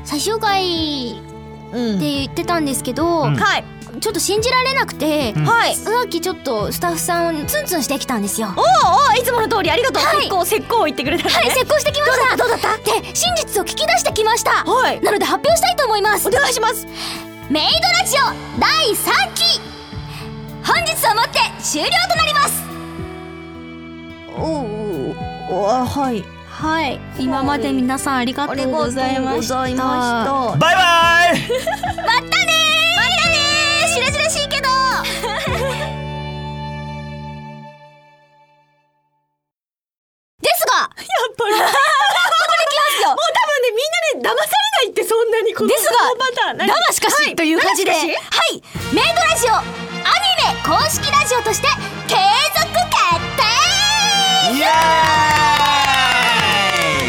Speaker 1: 最終回って
Speaker 2: うん
Speaker 1: 言ってたんですけど、
Speaker 10: うん
Speaker 2: はい
Speaker 1: ちょっと信じられなくて、
Speaker 2: はい
Speaker 1: さっきちょっとスタッフさんをツンツンしてきたんですよは
Speaker 2: おうおういつもの通りありがとう、
Speaker 1: はい
Speaker 2: 石膏石膏を言ってくれたん
Speaker 1: い
Speaker 2: ね
Speaker 1: 成功してきましたどうだったで真実を聞き出してきました
Speaker 2: はい
Speaker 1: なので発表したいと思います
Speaker 2: お願いします
Speaker 1: メイドラジオ第3期本日をもって終了となります
Speaker 2: おおあはい
Speaker 4: はい今まで皆さんありがとうございました
Speaker 2: ありがとうございました
Speaker 10: バイバイ
Speaker 1: またねーしらじらしいけどですが
Speaker 13: やっぱり ここで来ますよもう多分ねみんなね騙されないってそんなにこの
Speaker 1: ですが
Speaker 13: このパターン何
Speaker 1: だましかし、
Speaker 13: はい
Speaker 1: という感じでは
Speaker 13: だま
Speaker 1: い
Speaker 13: しか
Speaker 1: メイドラジオアニメ公式ラジオとして継続決定
Speaker 10: イエ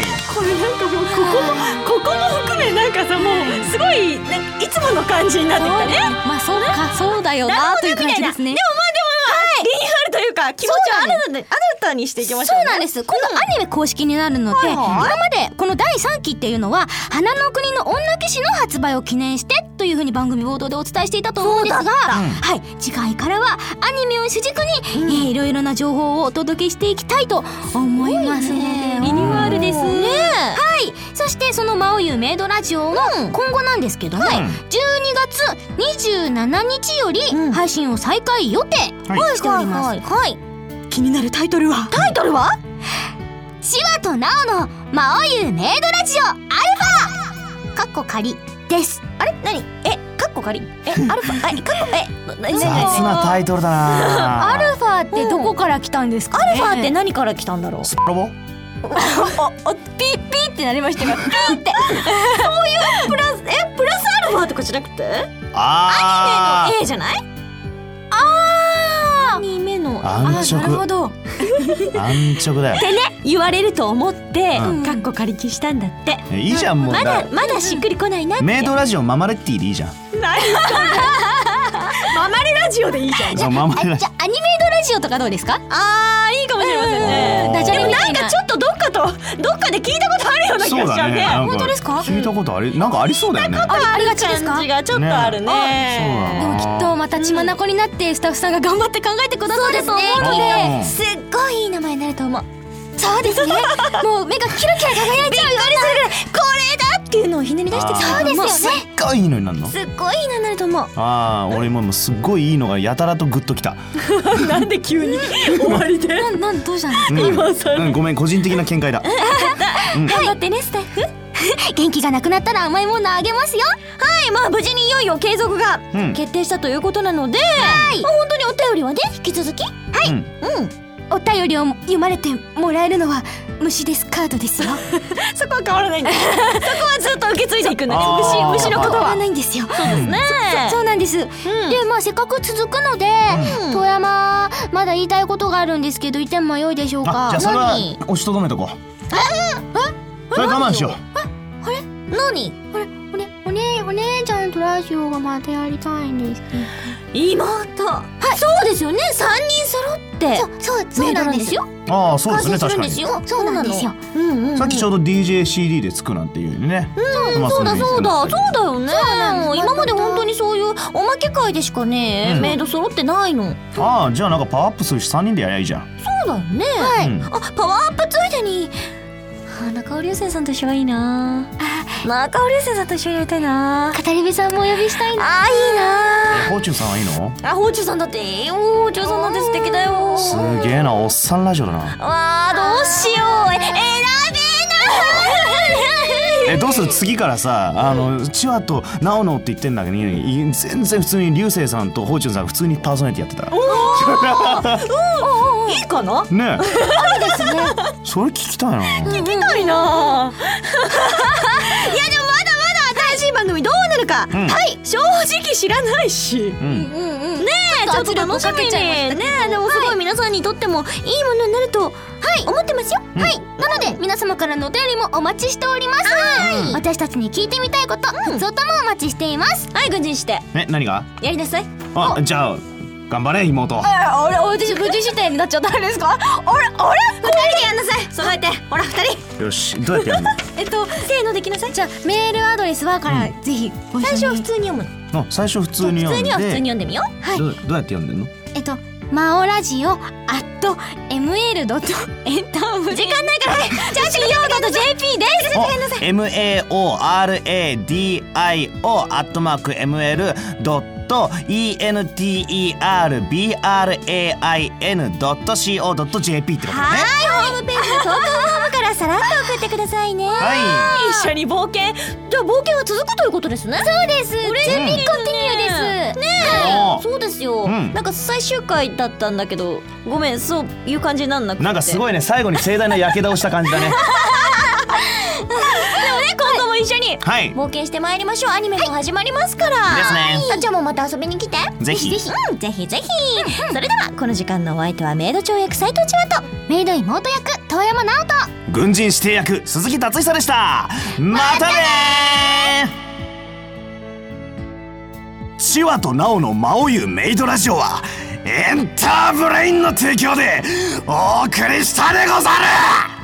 Speaker 10: ーイ
Speaker 13: これなんかもうここもここも含めなんかさもうすごいなんかいつもの感じになってきたね
Speaker 4: まあそうかそうだよなという感じですね
Speaker 13: でもまあでもまあ、リニューアルというか気持ちを新たに新たにしていきましょ
Speaker 1: そう
Speaker 13: う
Speaker 1: なんです今度アニメ公式になるので、
Speaker 13: はいはい
Speaker 1: 今までこの第3期っていうのは「花の国の女騎士」の発売を記念してというふうに番組冒頭でお伝えしていたと思うんですが、はい、次回からはアニメを主軸に、えーいろいろな情報をお届けしていきたいと思いますねリニューアルですねはいそしてその「魔王ゆメイドラジオ」の今後なんですけども、
Speaker 10: い
Speaker 1: 12月27日より配信を再開予定しております、
Speaker 2: はいはい
Speaker 13: 気になるタイトルは
Speaker 2: タイトルは
Speaker 1: シワとナオの魔王ゆメイドラジオアルファかっこ仮です
Speaker 2: あれ何えカッコ仮えアルファえカッコえななな
Speaker 10: 雑なタイトルだな
Speaker 1: アルファってどこから来たんですか、
Speaker 2: アルファって何から来たんだろう
Speaker 10: スパロボ
Speaker 2: おピーピーってなりました よピーってそういうプラスえプラスアルファとかじゃなくて
Speaker 10: あ
Speaker 2: A じゃないあーアニメの
Speaker 10: あ安
Speaker 2: あなるほ
Speaker 10: 直
Speaker 2: ど
Speaker 10: 安直だよ
Speaker 2: 言われると思って
Speaker 10: う
Speaker 2: カッコ仮にしたんだって
Speaker 10: えいいじゃんもう
Speaker 2: ま
Speaker 10: だ
Speaker 2: だまだしっくりこないなって
Speaker 10: メイドラジオママレッティでいいじゃん
Speaker 13: 何それママレラジオでいいじゃん
Speaker 10: そうママレラジ
Speaker 1: じゃあアニメイドラジオとかどうですか
Speaker 13: あーいいかもしれませんね
Speaker 10: うん
Speaker 1: ダジャレみた
Speaker 13: ないん
Speaker 1: な
Speaker 13: かちょっとどっかとどっかで聞いたことあるよう
Speaker 10: オ
Speaker 13: な気
Speaker 10: そ
Speaker 13: が
Speaker 10: う
Speaker 13: しちゃ
Speaker 10: だ
Speaker 13: う
Speaker 10: ね
Speaker 13: ね
Speaker 10: なん
Speaker 1: 本当ですか
Speaker 10: 聞いたことあるなんかありそうだよね
Speaker 13: ありがちですか感じがちょっとあるね
Speaker 10: ね
Speaker 1: でもきっとまた血眼になってスタッフさんが頑張って考えてくださると思うので
Speaker 10: うん
Speaker 2: すっごいいい名前になると思う
Speaker 1: そうですねもう目がキラキラ輝いちゃうよ
Speaker 2: これだっていうのをひねり出してきた
Speaker 10: あ
Speaker 1: うなそうですよね
Speaker 10: すっごいいいのになるの
Speaker 2: すっごいいい名になると思う
Speaker 10: あー俺ももうすっごいいいのがやたらとグッと きた、
Speaker 13: なんで急に終わりで
Speaker 1: なんなんどうしたの
Speaker 10: うんうん、ごめん個人的な見 解だ
Speaker 1: 頑張ってねスタッフ元気がなくなったら甘いものあげますよ
Speaker 2: はいまあ無事にいよいよ継続が
Speaker 10: うん
Speaker 2: 決定したということなので、まあ本当にお便りはね引き続き
Speaker 10: うん
Speaker 1: お便りを読まれてもらえるのは
Speaker 4: 虫ですカー ドですよ
Speaker 13: そこは変わらないんだそこはずっと受け継いでいくんだね
Speaker 4: あ
Speaker 13: 虫
Speaker 4: ー
Speaker 13: 虫のこと
Speaker 4: 変わ
Speaker 13: は
Speaker 4: らないんですよそう
Speaker 13: ですね
Speaker 1: そそうなんです、でまあせっかく続くので、遠山まだ言いたいことがあるんですけど言ってもよいでしょうか
Speaker 10: あじゃあそれは
Speaker 1: 何
Speaker 10: 押しとどめとこうそれ我慢しよう
Speaker 1: 何あれおねおねお姉ちゃんとラジオがまたやりたいんですけど
Speaker 2: 妹
Speaker 1: はいそうですよね三人揃っ
Speaker 2: で
Speaker 1: そうそうそうなんですよ
Speaker 10: ああそうですね
Speaker 1: 完成る
Speaker 10: 確
Speaker 1: ん
Speaker 10: か
Speaker 1: で
Speaker 10: に
Speaker 1: すよそうなんですようんうんうん
Speaker 10: さっきちょうど DJCD でつくなんていうね
Speaker 2: うん
Speaker 10: まあ
Speaker 2: そうだそうだそうだよね
Speaker 1: んです
Speaker 2: 今まで本当にそういうおまけ会でしかね、
Speaker 10: うん
Speaker 2: メイド揃ってないの
Speaker 10: ああじゃあなんかパワーアップするし3人でやりゃいいじゃん
Speaker 2: そうだよね、
Speaker 1: はい
Speaker 10: うん
Speaker 2: あパワーアップついでにあ中尾流星さんと一緒がいいな中尾流星さんと一緒にやりたいな
Speaker 1: 語り部さんもお呼びしたいな
Speaker 2: あいいな
Speaker 10: え、ほうちゅうさんはいいの
Speaker 2: あ宝珠さんだっていいよ宝珠さんなんて素敵だよわ
Speaker 10: すげえなおっさんラジオだな
Speaker 2: あどうしようえ選べ ない
Speaker 10: えどうする次からさあのチワとナオノって言ってんだけどい全然普通に流星さんとホーチュンさんが普通にパーソナリティやってたら
Speaker 13: いいかな
Speaker 10: ね
Speaker 1: いですね
Speaker 10: えそれ聞きたいな
Speaker 13: 聞きたいないやでもまだまだ新しい番組どうなるか、
Speaker 10: うん
Speaker 13: はい正直知らないし
Speaker 10: うん
Speaker 1: うんうん
Speaker 2: ねえちょっと楽し
Speaker 1: 圧力をか
Speaker 2: み
Speaker 1: け
Speaker 2: に
Speaker 1: ちゃいま
Speaker 2: ねえでもすごい皆さんにとってもいいものになるとはい思ってますよ
Speaker 10: うん
Speaker 1: はい、なので皆様からのお便りもお待ちしております。私たちに聞いてみたいこと、ふつおたもお待ちしています。
Speaker 2: はい軍人して
Speaker 10: え何が
Speaker 2: やりなさい
Speaker 10: あじゃあ頑張れ妹
Speaker 4: あれ私無事視点になっちゃったんですかあれあれ
Speaker 2: 二人でやんなさい揃えてほら二人
Speaker 10: よしどうやってや るの
Speaker 4: えっと
Speaker 2: せーのできなさいじゃあ
Speaker 4: メールアドレスはから、
Speaker 10: う
Speaker 4: ぜひご一
Speaker 2: 最初
Speaker 4: 緒
Speaker 2: は普
Speaker 4: に
Speaker 2: 通に読むの
Speaker 10: あ最初普通に
Speaker 2: 普
Speaker 10: 読
Speaker 2: 通
Speaker 10: ん
Speaker 2: には普通に
Speaker 10: で
Speaker 2: 読んでみよう
Speaker 10: どうどうやって読んでんの
Speaker 1: えっと、マオラジオアット ml ドットエンターブレイン。時間ないからね。じゃあ信用だと JP です。
Speaker 10: お MAORADIO アットマーク ML ドット ENTERBRAIN.CO.JP ってことね
Speaker 2: はいホームページの投稿フォームからさらっと送ってくださいね
Speaker 10: は
Speaker 13: 一緒に冒険
Speaker 2: じゃあ冒険は続くということですねそうです
Speaker 10: いう
Speaker 1: コ
Speaker 10: ん
Speaker 1: ンティニューです。ね
Speaker 10: おー
Speaker 2: そうですよ、
Speaker 10: うん
Speaker 2: なんか最終回だったんだけどごめんそういう感じになんなくて
Speaker 10: なんかす
Speaker 2: い
Speaker 10: ごいね最後に盛大なやけどをした感じだね
Speaker 2: 今度も一緒に
Speaker 10: はい
Speaker 2: 冒険してまいりましょうアニメも始まりますから
Speaker 10: ですね
Speaker 2: さっちゃんもまた遊びに来て
Speaker 10: ぜひ
Speaker 2: ぜひうんぜひぜひそれではこの時間のお相手はメイド長役斉藤千和と
Speaker 1: メイド妹役遠山直人。
Speaker 10: 軍人指定役鈴木達久でしたまたねーチワとナオの魔王湯メイドラジオはエンターブレインの提供でお送りしたでござる